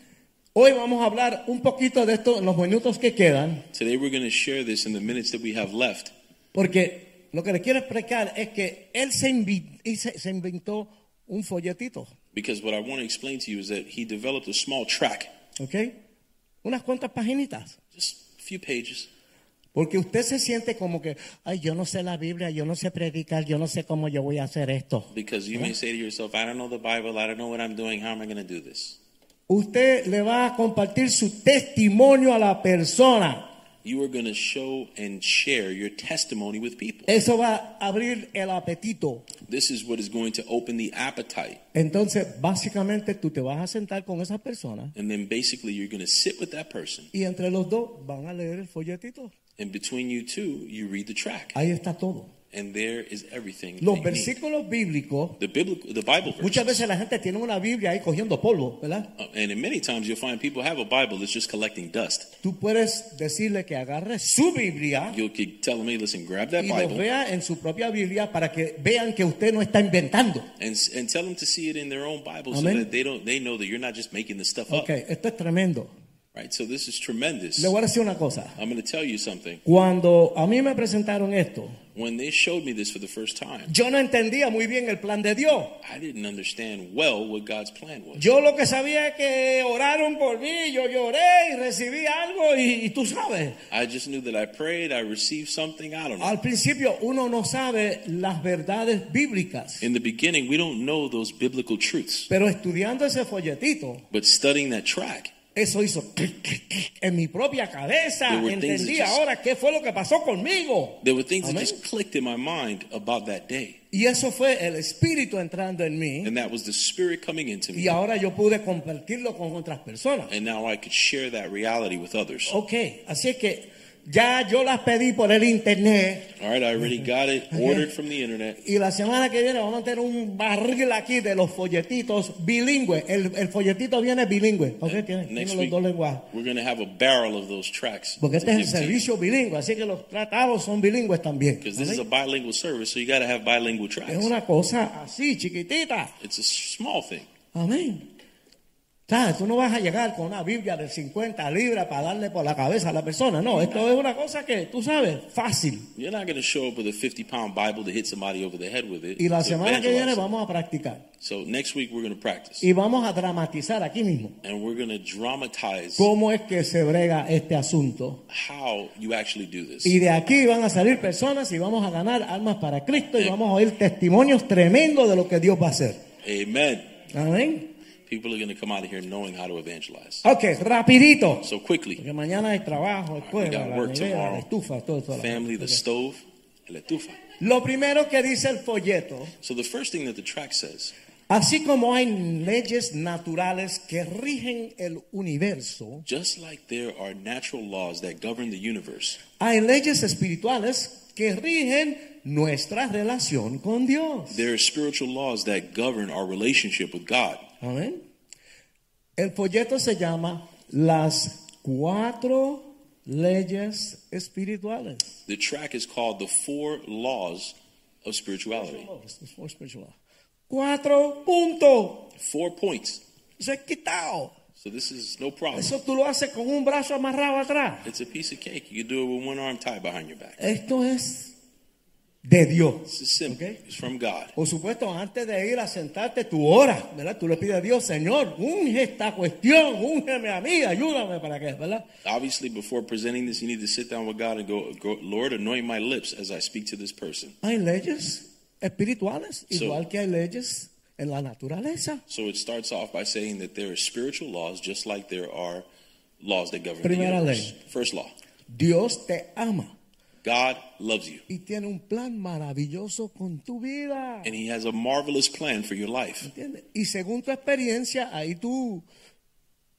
[SPEAKER 2] Hoy vamos a hablar un poquito de esto en los minutos que quedan,
[SPEAKER 3] Today, we're going to share this in the minutes that we have left,
[SPEAKER 2] porque lo que le quiero explicar es que él se, invi- y se- se inventó un folletito,
[SPEAKER 3] because what I want to explain to you is that he developed a small track,
[SPEAKER 2] ¿ok? Unas cuantas paginitas.
[SPEAKER 3] just a few pages,
[SPEAKER 2] Porque usted se siente como que, ay, yo no sé la Biblia, yo no sé predicar, yo no sé cómo yo voy a hacer esto.
[SPEAKER 3] because you may say to yourself, I don't know the Bible, I don't know what I'm doing, how am I going to do this?
[SPEAKER 2] Usted le va a compartir su testimonio a la persona.
[SPEAKER 3] You are going to show and share your testimony with people.
[SPEAKER 2] Eso va a abrir el apetito.
[SPEAKER 3] This is what is going to open the appetite.
[SPEAKER 2] Entonces, básicamente tú te vas a sentar con esa persona
[SPEAKER 3] And then basically, you're going to sit with that person.
[SPEAKER 2] y entre los dos van a leer el folletito.
[SPEAKER 3] And between you two, you read the track.
[SPEAKER 2] Ahí está todo.
[SPEAKER 3] And there is everything. that
[SPEAKER 2] Los
[SPEAKER 3] you need.
[SPEAKER 2] versículos bíblicos,
[SPEAKER 3] The, biblical, the Bible verse. Uh,
[SPEAKER 2] muchas veces la gente tiene una Biblia ahí cogiendo polvo, ¿verdad?
[SPEAKER 3] and in many times, you'll find people have a Bible that's just collecting dust.
[SPEAKER 2] Tú puedes decirle que agarre su Biblia
[SPEAKER 3] You'll keep telling me, listen, grab that
[SPEAKER 2] y lo
[SPEAKER 3] Bible
[SPEAKER 2] vea en su propia Biblia para que vean que usted no está inventando.
[SPEAKER 3] and, s- and tell them to see it in their own Bible
[SPEAKER 2] Amén.
[SPEAKER 3] so that they don't they know that you're not just making this stuff
[SPEAKER 2] Ok,
[SPEAKER 3] up.
[SPEAKER 2] esto es tremendo.
[SPEAKER 3] Right? So this is tremendous.
[SPEAKER 2] Le voy a decir una cosa.
[SPEAKER 3] I'm going to tell you something.
[SPEAKER 2] Cuando a mí me presentaron esto,
[SPEAKER 3] When they showed me this for the first time,
[SPEAKER 2] yo no entendía muy bien el plan de Dios.
[SPEAKER 3] I didn't understand well what God's plan was.
[SPEAKER 2] Yo lo que sabía es que oraron por mí, yo lloré y recibí algo y, y tú sabes,
[SPEAKER 3] I just knew that I prayed, I received something, I don't know.
[SPEAKER 2] al principio uno no sabe las verdades bíblicas,
[SPEAKER 3] In the beginning, we don't know those biblical truths,
[SPEAKER 2] pero estudiando ese folletito,
[SPEAKER 3] but studying that track,
[SPEAKER 2] eso hizo clic, clic, clic en mi propia cabeza,
[SPEAKER 3] There were things
[SPEAKER 2] entendí
[SPEAKER 3] that just-
[SPEAKER 2] ahora qué fue lo que pasó conmigo.
[SPEAKER 3] there were things that
[SPEAKER 2] Amén.
[SPEAKER 3] just clicked in my mind about that day.
[SPEAKER 2] Y eso fue el espíritu entrando en mí
[SPEAKER 3] And that was the spirit coming into me.
[SPEAKER 2] y ahora yo pude compartirlo con otras personas.
[SPEAKER 3] And now I could share that reality with others.
[SPEAKER 2] Ok, así es que ya yo las pedí por el internet
[SPEAKER 3] All right, I already
[SPEAKER 2] Mm-hmm.
[SPEAKER 3] got it ordered from the internet.
[SPEAKER 2] y la semana que viene vamos a tener un barril aquí de los folletitos bilingües. El, el folletito viene bilingüe, ok, tiene, tiene
[SPEAKER 3] Eh, Next
[SPEAKER 2] los
[SPEAKER 3] week,
[SPEAKER 2] dos lenguajes.
[SPEAKER 3] we're going to have a barrel of those tracks.
[SPEAKER 2] Porque este es el servicio bilingüe, así que los tratados son bilingües también.
[SPEAKER 3] Because this
[SPEAKER 2] ¿ok?
[SPEAKER 3] is a bilingual service, so you got to have bilingual tracks.
[SPEAKER 2] Es una cosa así, chiquitita.
[SPEAKER 3] It's a small thing.
[SPEAKER 2] Amén. Claro, tú no vas a llegar con una Biblia de 50 libras para darle por la cabeza a la persona. No, esto es una cosa que tú sabes, fácil.
[SPEAKER 3] You're not going to show up with a 50 pound Bible to hit somebody over the head with it.
[SPEAKER 2] Y la
[SPEAKER 3] to
[SPEAKER 2] semana que viene
[SPEAKER 3] evangelize.
[SPEAKER 2] vamos a practicar.
[SPEAKER 3] So next week, we're going to practice.
[SPEAKER 2] Y vamos a dramatizar aquí mismo
[SPEAKER 3] And we're going to dramatize
[SPEAKER 2] cómo es que se brega este asunto.
[SPEAKER 3] how you actually do this.
[SPEAKER 2] Y de aquí van a salir personas y vamos a ganar almas para Cristo y vamos a oír testimonios tremendos de lo que Dios va a hacer.
[SPEAKER 3] Amen.
[SPEAKER 2] Amén.
[SPEAKER 3] People are going to come out of here knowing how to evangelize.
[SPEAKER 2] Ok, rapidito.
[SPEAKER 3] So quickly.
[SPEAKER 2] Porque mañana hay trabajo, escuela,
[SPEAKER 3] got
[SPEAKER 2] la
[SPEAKER 3] work
[SPEAKER 2] nevera, la
[SPEAKER 3] tomorrow.
[SPEAKER 2] estufa, todo todo.
[SPEAKER 3] family, the stove, and la tufa.
[SPEAKER 2] Lo primero que dice el folleto,
[SPEAKER 3] So the first thing that the track says,
[SPEAKER 2] así como hay leyes naturales que rigen el universo,
[SPEAKER 3] just like there are natural laws that govern the universe,
[SPEAKER 2] hay leyes espirituales que rigen nuestra relación con Dios.
[SPEAKER 3] there are spiritual laws that govern our relationship with God.
[SPEAKER 2] Amén. El folleto se llama Las cuatro leyes espirituales.
[SPEAKER 3] The track is called The Four Laws of Spirituality.
[SPEAKER 2] Cuatro puntos.
[SPEAKER 3] Four points.
[SPEAKER 2] Se ha quitado.
[SPEAKER 3] So this is no problem.
[SPEAKER 2] Eso tú lo haces con un brazo amarrado atrás.
[SPEAKER 3] It's a piece of cake. You do it with one arm tied behind your back.
[SPEAKER 2] Esto es de Dios.
[SPEAKER 3] This is simple.
[SPEAKER 2] Okay.
[SPEAKER 3] It's from God.
[SPEAKER 2] Por supuesto, antes de ir a sentarte, tú oras, ¿verdad? Tú le pides a Dios, Señor, unge esta cuestión, úngeme a mí, ayúdame para que, ¿verdad?
[SPEAKER 3] Obviously, before presenting this, you need to sit down with God and go, go Lord, anoint my lips as I speak to this person.
[SPEAKER 2] Hay leyes espirituales,
[SPEAKER 3] So-
[SPEAKER 2] igual que hay leyes en la naturaleza.
[SPEAKER 3] So it starts off by saying that there are spiritual laws just like there are laws that govern
[SPEAKER 2] Primera
[SPEAKER 3] the universe. First law.
[SPEAKER 2] Dios te ama
[SPEAKER 3] God loves you
[SPEAKER 2] y tiene un plan maravilloso con tu vida.
[SPEAKER 3] and he has a marvelous plan for your life.
[SPEAKER 2] ¿Entiendes? Y según tu experiencia, ahí tú,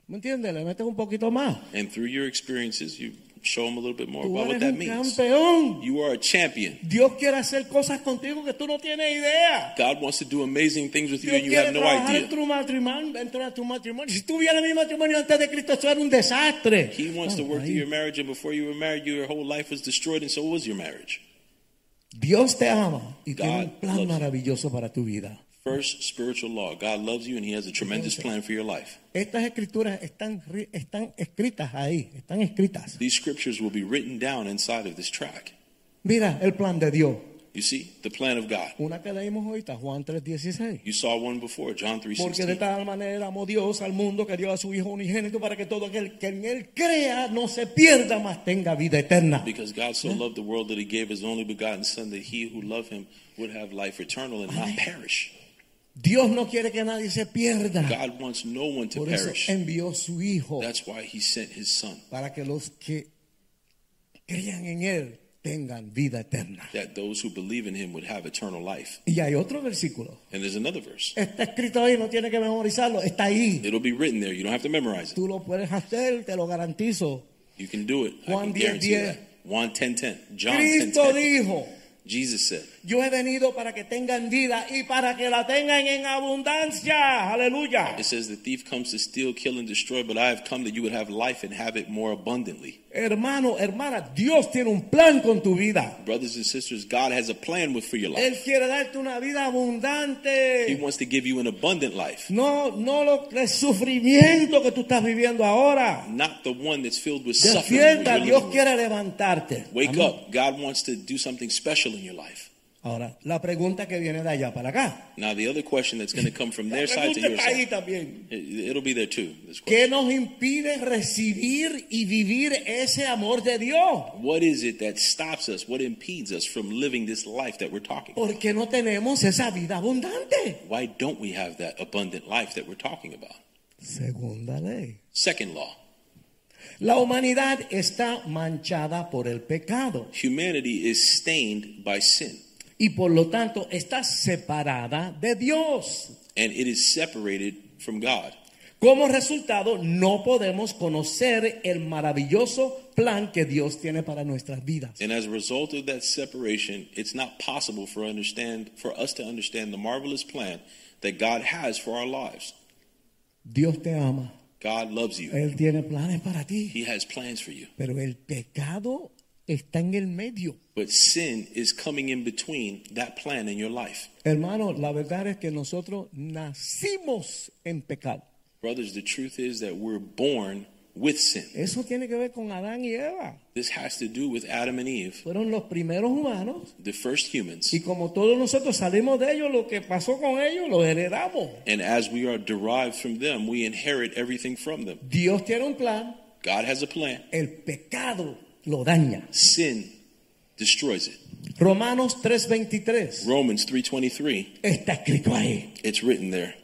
[SPEAKER 2] ¿me entiendes? Le metes un poquito más.
[SPEAKER 3] And through your experiences, you show him a little bit more
[SPEAKER 2] Tú
[SPEAKER 3] about what
[SPEAKER 2] eres
[SPEAKER 3] that
[SPEAKER 2] un
[SPEAKER 3] means.
[SPEAKER 2] campeón.
[SPEAKER 3] You are a champion.
[SPEAKER 2] Dios quiere hacer cosas contigo que tú no tienes idea.
[SPEAKER 3] God wants to do amazing things with you
[SPEAKER 2] Dios
[SPEAKER 3] and you
[SPEAKER 2] quiere
[SPEAKER 3] have no
[SPEAKER 2] trabajar
[SPEAKER 3] idea.
[SPEAKER 2] en tu matrimonio, dentro de tu matrimonio. Si tú vieras mi matrimonio antes de Cristo, eso era un desastre.
[SPEAKER 3] He wants to
[SPEAKER 2] Ay,
[SPEAKER 3] work
[SPEAKER 2] ay.
[SPEAKER 3] through your marriage and before you were married, your whole life was destroyed and so was your marriage.
[SPEAKER 2] Dios te ama y tiene
[SPEAKER 3] God
[SPEAKER 2] un plan
[SPEAKER 3] loves you.
[SPEAKER 2] maravilloso para tu vida.
[SPEAKER 3] First spiritual law. God loves you and he has a tremendous plan for your life.
[SPEAKER 2] Estas escrituras están, ri- están escritas ahí, están escritas.
[SPEAKER 3] These scriptures will be written down inside of this track.
[SPEAKER 2] Mira el plan de Dios.
[SPEAKER 3] You see, the plan of God.
[SPEAKER 2] Una que leímos ahorita, Juan 3:16.
[SPEAKER 3] You saw one before, John
[SPEAKER 2] Porque de
[SPEAKER 3] 3:16.
[SPEAKER 2] tal manera amó Dios al mundo que dio a su Hijo unigénito para que todo aquel que en Él crea no se pierda, mas tenga vida eterna.
[SPEAKER 3] Because God so loved the world that he gave his only begotten son that he who loved him would have life eternal and not perish.
[SPEAKER 2] Dios no quiere que nadie se pierda.
[SPEAKER 3] God wants no one to
[SPEAKER 2] Por eso
[SPEAKER 3] perish.
[SPEAKER 2] envió su Hijo
[SPEAKER 3] That's why he sent his son,
[SPEAKER 2] para que los que crean en Él tengan vida eterna.
[SPEAKER 3] that those who believe in him would have eternal life.
[SPEAKER 2] Y hay otro versículo.
[SPEAKER 3] And there's another verse.
[SPEAKER 2] Está escrito ahí, no tiene que memorizarlo, está ahí.
[SPEAKER 3] It'll be written there. You don't have to memorize it.
[SPEAKER 2] Tú lo puedes hacer, te lo garantizo.
[SPEAKER 3] You can do it. I
[SPEAKER 2] Juan
[SPEAKER 3] can
[SPEAKER 2] 10,
[SPEAKER 3] guarantee
[SPEAKER 2] 10.
[SPEAKER 3] that. Juan 10, 10. John 10,
[SPEAKER 2] Cristo
[SPEAKER 3] 10.
[SPEAKER 2] dijo,
[SPEAKER 3] Jesus said,
[SPEAKER 2] yo he venido para que tengan vida y para que la tengan en abundancia. Aleluya.
[SPEAKER 3] it says the thief comes to steal, kill, and destroy, but I have come that you would have life and have it more abundantly.
[SPEAKER 2] Hermano, hermana, Dios tiene un plan con tu vida.
[SPEAKER 3] Brothers and sisters, God has a plan with for your
[SPEAKER 2] Él
[SPEAKER 3] life.
[SPEAKER 2] quiere darte una vida
[SPEAKER 3] He
[SPEAKER 2] abundante.
[SPEAKER 3] wants to give you an abundant life,
[SPEAKER 2] No, no lo, el sufrimiento que tú estás viviendo ahora.
[SPEAKER 3] not the one that's filled with suffering. when
[SPEAKER 2] Despierta,
[SPEAKER 3] you're
[SPEAKER 2] Dios
[SPEAKER 3] living.
[SPEAKER 2] quiere levantarte.
[SPEAKER 3] Wake
[SPEAKER 2] Amén.
[SPEAKER 3] up. God wants to do something special in your life.
[SPEAKER 2] Ahora, la pregunta que viene de allá para acá.
[SPEAKER 3] Now, the other question that's going to come from
[SPEAKER 2] La
[SPEAKER 3] their side to
[SPEAKER 2] pregunta
[SPEAKER 3] your
[SPEAKER 2] está ahí
[SPEAKER 3] side,
[SPEAKER 2] también.
[SPEAKER 3] it- it'll be there too. This
[SPEAKER 2] ¿Qué
[SPEAKER 3] question.
[SPEAKER 2] nos impide recibir y vivir ese amor de Dios?
[SPEAKER 3] What is it that stops us? What impedes us from living this life that we're talking about?
[SPEAKER 2] Porque no tenemos esa vida abundante.
[SPEAKER 3] Why don't we have that abundant life that we're talking about?
[SPEAKER 2] Segunda ley.
[SPEAKER 3] Second law
[SPEAKER 2] La humanidad está manchada por el pecado
[SPEAKER 3] humanity is stained by sin,
[SPEAKER 2] y por lo tanto está separada de Dios.
[SPEAKER 3] and it is separated from God.
[SPEAKER 2] Como resultado, no podemos conocer el maravilloso plan que Dios tiene para nuestras vidas.
[SPEAKER 3] And as a result of that separation, it's not possible for understand for us to understand the marvelous plan that God has for our lives.
[SPEAKER 2] Dios te ama.
[SPEAKER 3] God loves you.
[SPEAKER 2] Él tiene planes para ti.
[SPEAKER 3] He has plans for you.
[SPEAKER 2] Pero el pecado está en el medio.
[SPEAKER 3] But sin is coming in between that plan and your life.
[SPEAKER 2] Hermano, la verdad es que nosotros nacimos en pecado.
[SPEAKER 3] Brothers, the truth is that we're born with sin.
[SPEAKER 2] Eso tiene que ver con Adán y Eva.
[SPEAKER 3] This has to do with Adam and Eve,
[SPEAKER 2] Fueron los primeros humanos.
[SPEAKER 3] the first humans.
[SPEAKER 2] Y como todos nosotros salimos de ellos, lo que pasó con ellos lo heredamos.
[SPEAKER 3] And as we are derived from them, we inherit everything from them.
[SPEAKER 2] Dios tiene un plan.
[SPEAKER 3] God has a plan.
[SPEAKER 2] El pecado lo daña.
[SPEAKER 3] Sin destroys it.
[SPEAKER 2] Romanos 3:23
[SPEAKER 3] Romans 3:23,
[SPEAKER 2] está escrito ahí.
[SPEAKER 3] it's written there.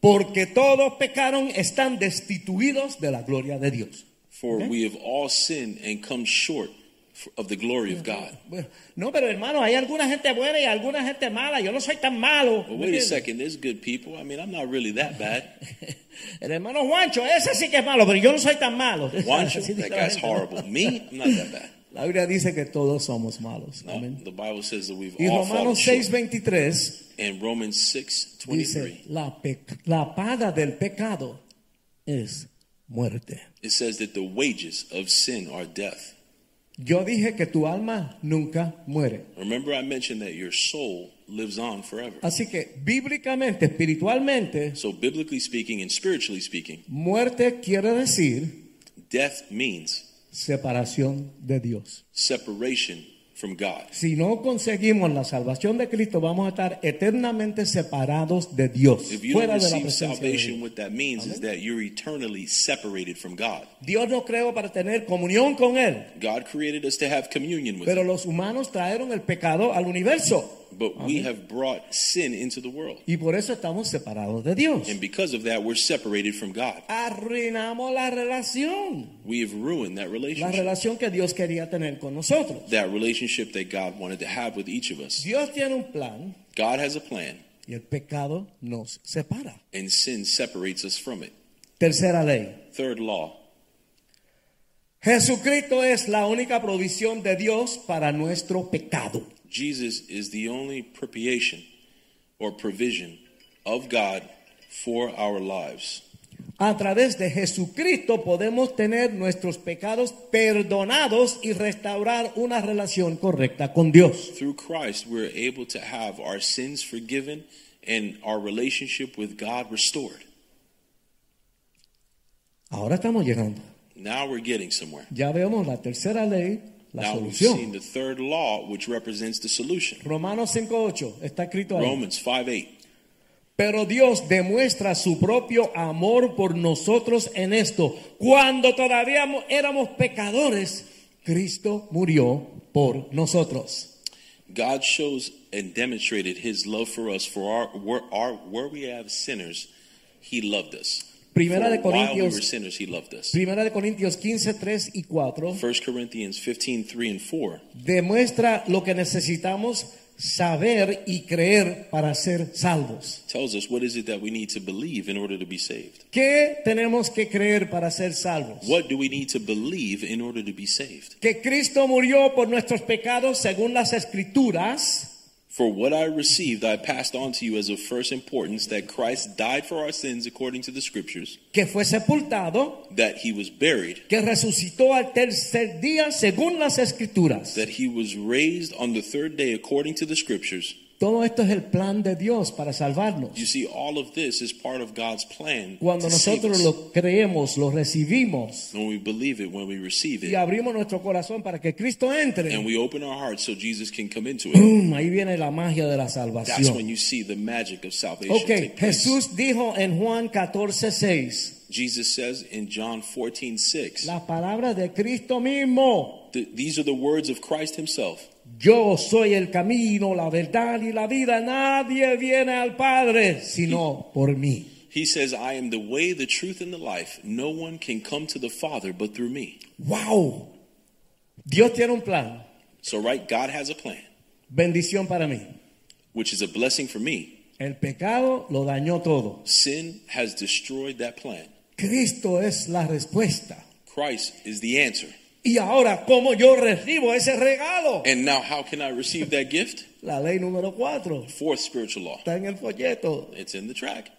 [SPEAKER 2] Porque todos pecaron, están destituidos de la gloria de Dios.
[SPEAKER 3] For we have all sinned and come short f- of the glory of God.
[SPEAKER 2] Bueno, no, pero hermano, hay alguna gente buena y alguna gente mala. Yo no soy tan malo.
[SPEAKER 3] But
[SPEAKER 2] ¿me
[SPEAKER 3] wait a
[SPEAKER 2] entiendes?
[SPEAKER 3] second, there's good people. I mean, I'm not really that bad.
[SPEAKER 2] El hermano Juancho, ese sí que es malo, pero yo no soy tan malo.
[SPEAKER 3] Juancho,
[SPEAKER 2] Así dice
[SPEAKER 3] that
[SPEAKER 2] la
[SPEAKER 3] guy's
[SPEAKER 2] gente,
[SPEAKER 3] horrible.
[SPEAKER 2] ¿no?
[SPEAKER 3] Me, I'm not that bad.
[SPEAKER 2] La Biblia dice que todos somos malos.
[SPEAKER 3] No, Oh,
[SPEAKER 2] Amén.
[SPEAKER 3] the Bible says that we've
[SPEAKER 2] Y
[SPEAKER 3] all fallen
[SPEAKER 2] Romanos
[SPEAKER 3] short.
[SPEAKER 2] 6:23
[SPEAKER 3] And Romans 6,
[SPEAKER 2] dice,
[SPEAKER 3] 23,
[SPEAKER 2] la, pe- la paga del pecado es muerte.
[SPEAKER 3] it says that the wages of sin are death.
[SPEAKER 2] Yo dije que tu alma nunca muere.
[SPEAKER 3] Remember I mentioned that your soul lives on forever.
[SPEAKER 2] Así que bíblicamente, espiritualmente,
[SPEAKER 3] So biblically speaking and spiritually speaking,
[SPEAKER 2] muerte quiere decir
[SPEAKER 3] death means
[SPEAKER 2] separación de Dios.
[SPEAKER 3] separation from God.
[SPEAKER 2] Si no conseguimos la salvación de Cristo, vamos a estar eternamente separados de Dios,
[SPEAKER 3] If you
[SPEAKER 2] fuera
[SPEAKER 3] don't
[SPEAKER 2] de la
[SPEAKER 3] receive
[SPEAKER 2] presencia de
[SPEAKER 3] salvation,
[SPEAKER 2] Dios.
[SPEAKER 3] what that means is that you're eternally separated from God.
[SPEAKER 2] Dios nos creó para tener comunión con Él,
[SPEAKER 3] God created us to have communion with
[SPEAKER 2] pero
[SPEAKER 3] Him,
[SPEAKER 2] los humanos trajeron el pecado al universo
[SPEAKER 3] but we have brought sin into the world.
[SPEAKER 2] y por eso estamos separados de Dios.
[SPEAKER 3] And because of that, we're separated from God.
[SPEAKER 2] Arruinamos la relación,
[SPEAKER 3] We have ruined that
[SPEAKER 2] la
[SPEAKER 3] relationship,
[SPEAKER 2] relación que Dios quería tener con nosotros.
[SPEAKER 3] that relationship that God wanted to have with each of us.
[SPEAKER 2] Dios tiene un plan
[SPEAKER 3] God has a plan,
[SPEAKER 2] y el pecado nos separa.
[SPEAKER 3] and sin separates us from it.
[SPEAKER 2] Tercera ley.
[SPEAKER 3] Third law
[SPEAKER 2] Jesucristo es la única provisión de Dios para nuestro pecado.
[SPEAKER 3] Jesus is the only propitiation or provision of God for our lives.
[SPEAKER 2] A través de Jesucristo podemos tener nuestros pecados perdonados y restaurar una relación correcta con Dios.
[SPEAKER 3] Through Christ, we're able to have our sins forgiven and our relationship with God restored.
[SPEAKER 2] Ahora estamos llegando.
[SPEAKER 3] Now we're getting somewhere.
[SPEAKER 2] Ya vemos la tercera ley, la
[SPEAKER 3] now we've seen
[SPEAKER 2] solución.
[SPEAKER 3] the third law, which represents the solution.
[SPEAKER 2] Romanos 5:8 está escrito ahí.
[SPEAKER 3] Romans 5 8.
[SPEAKER 2] Pero Dios demuestra su propio amor por nosotros en esto. Cuando todavía mo- éramos pecadores, Cristo murió por nosotros.
[SPEAKER 3] God shows and demonstrated his love for us. For our where, our, where we have sinners, he loved us.
[SPEAKER 2] Primera de
[SPEAKER 3] For while we were
[SPEAKER 2] Corintios,
[SPEAKER 3] sinners, he loved us.
[SPEAKER 2] Primera de Corintios 15, 3 y 4
[SPEAKER 3] First Corinthians 15, 3 and 4.
[SPEAKER 2] demuestra lo que necesitamos saber y creer para ser salvos.
[SPEAKER 3] tells us what is it that we need to believe in order to be saved?
[SPEAKER 2] ¿Qué tenemos que creer para ser salvos?
[SPEAKER 3] What do we need to believe in order to be saved?
[SPEAKER 2] Que Cristo murió por nuestros pecados según las escrituras
[SPEAKER 3] For what I received, I passed on to you as of first importance that Christ died for our sins according to the scriptures,
[SPEAKER 2] que fue sepultado,
[SPEAKER 3] that he was buried,
[SPEAKER 2] que resucitó al tercer día según las escrituras.
[SPEAKER 3] that he was raised on the third day according to the scriptures.
[SPEAKER 2] Todo esto es el plan de Dios para
[SPEAKER 3] You
[SPEAKER 2] salvarnos.
[SPEAKER 3] see, all of this is part of God's plan.
[SPEAKER 2] Cuando
[SPEAKER 3] to save
[SPEAKER 2] nosotros
[SPEAKER 3] us.
[SPEAKER 2] lo creemos, lo recibimos
[SPEAKER 3] when we believe it, when we receive
[SPEAKER 2] y
[SPEAKER 3] it,
[SPEAKER 2] abrimos nuestro corazón para que Cristo
[SPEAKER 3] and
[SPEAKER 2] entre,
[SPEAKER 3] we open our hearts so Jesus can come into it,
[SPEAKER 2] ¡pum! ahí viene la magia de la
[SPEAKER 3] that's when
[SPEAKER 2] salvación.
[SPEAKER 3] you see the magic of salvation.
[SPEAKER 2] Ok,
[SPEAKER 3] take place.
[SPEAKER 2] Jesús dijo en Juan 14, 6,
[SPEAKER 3] Jesus says in John 14, 6,
[SPEAKER 2] la palabra de Cristo mismo,
[SPEAKER 3] th- these are the words of Christ himself.
[SPEAKER 2] yo soy el camino, la verdad y la vida, nadie viene al Padre sino por mí.
[SPEAKER 3] He says, I am the way, the truth, and the life. No one can come to the Father but through me.
[SPEAKER 2] ¡Wow! Dios tiene un plan,
[SPEAKER 3] So, right, God has a plan,
[SPEAKER 2] bendición para mí.
[SPEAKER 3] which is a blessing for me.
[SPEAKER 2] El pecado lo dañó todo.
[SPEAKER 3] Sin has destroyed that plan.
[SPEAKER 2] Cristo es la respuesta.
[SPEAKER 3] Christ is the answer.
[SPEAKER 2] Y ahora, ¿cómo yo recibo ese regalo?
[SPEAKER 3] And now, how can I receive that gift?
[SPEAKER 2] La ley número 4
[SPEAKER 3] Fourth spiritual law.
[SPEAKER 2] está en el folleto.
[SPEAKER 3] It's in the track.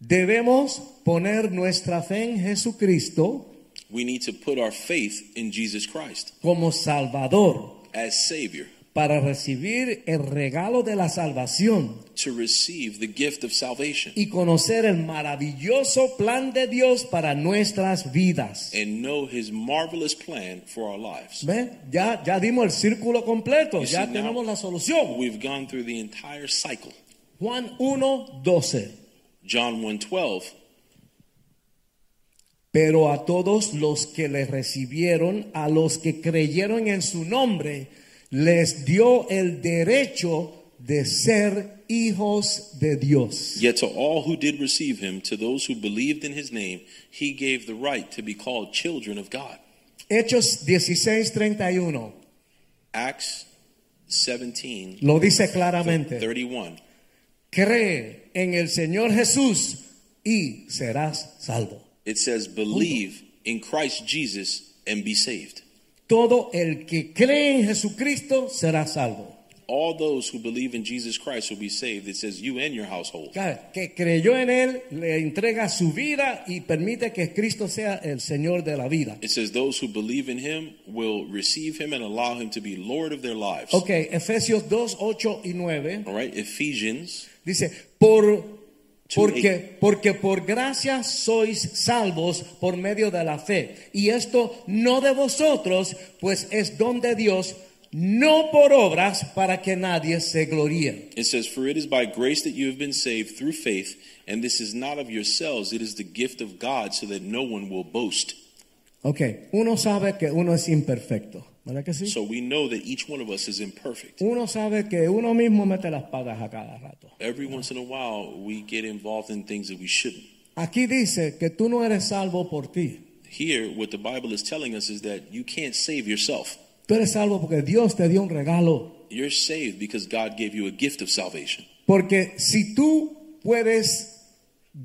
[SPEAKER 2] Debemos poner nuestra fe en Jesucristo
[SPEAKER 3] We need to put our faith in Jesus Christ
[SPEAKER 2] como Salvador
[SPEAKER 3] as Savior
[SPEAKER 2] para recibir el regalo de la salvación
[SPEAKER 3] to receive the gift of salvation
[SPEAKER 2] y conocer el maravilloso plan de Dios para nuestras vidas.
[SPEAKER 3] and know His marvelous plan for our lives.
[SPEAKER 2] ¿Ve? Ya, ya dimos el círculo completo,
[SPEAKER 3] You
[SPEAKER 2] ya
[SPEAKER 3] see, now-
[SPEAKER 2] tenemos la solución.
[SPEAKER 3] We've gone through the entire cycle.
[SPEAKER 2] Juan 1, 12.
[SPEAKER 3] John 1:12,
[SPEAKER 2] Pero a todos los que le recibieron, a los que creyeron en su nombre, les dio el derecho de ser hijos de Dios.
[SPEAKER 3] yet to all who did receive him, to those who believed in his name, he gave the right to be called children of God.
[SPEAKER 2] Hechos 16:31
[SPEAKER 3] Acts 17
[SPEAKER 2] lo dice claramente.
[SPEAKER 3] 31.
[SPEAKER 2] Cree en el Señor Jesús y serás salvo.
[SPEAKER 3] It says, "Believe in Christ Jesus and be saved."
[SPEAKER 2] Todo el que cree en Jesucristo será salvo.
[SPEAKER 3] All those who believe in Jesus Christ will be saved. It says, "You and your household."
[SPEAKER 2] Cada Que creyó en Él, le entrega su vida y permite que Cristo sea el Señor de la vida.
[SPEAKER 3] It says, "Those who believe in him will receive him and allow him to be Lord of their lives."
[SPEAKER 2] Ok, Efesios 2, 8 y 9
[SPEAKER 3] All right, Ephesians
[SPEAKER 2] dice, por,
[SPEAKER 3] Two,
[SPEAKER 2] porque, porque por gracia sois salvos por medio de la fe. Y esto no de vosotros, pues es don de Dios, no por obras para que nadie se gloríe.
[SPEAKER 3] It says, For it is by grace that you have been saved through faith, and this is not of yourselves, it is the gift of God, so that no one will boast.
[SPEAKER 2] Ok, uno sabe que uno es imperfecto, ¿verdad que sí?
[SPEAKER 3] So we know that each one of us is imperfect.
[SPEAKER 2] Uno sabe que uno mismo mete las patas a cada rato.
[SPEAKER 3] Every once in a while, we get involved in things that we shouldn't.
[SPEAKER 2] Aquí dice que tú no eres salvo por ti.
[SPEAKER 3] Here, what the Bible is telling us is that you can't save yourself.
[SPEAKER 2] Tú eres salvo porque Dios te dio un regalo.
[SPEAKER 3] You're saved because God gave you a gift of salvation.
[SPEAKER 2] Porque si tú puedes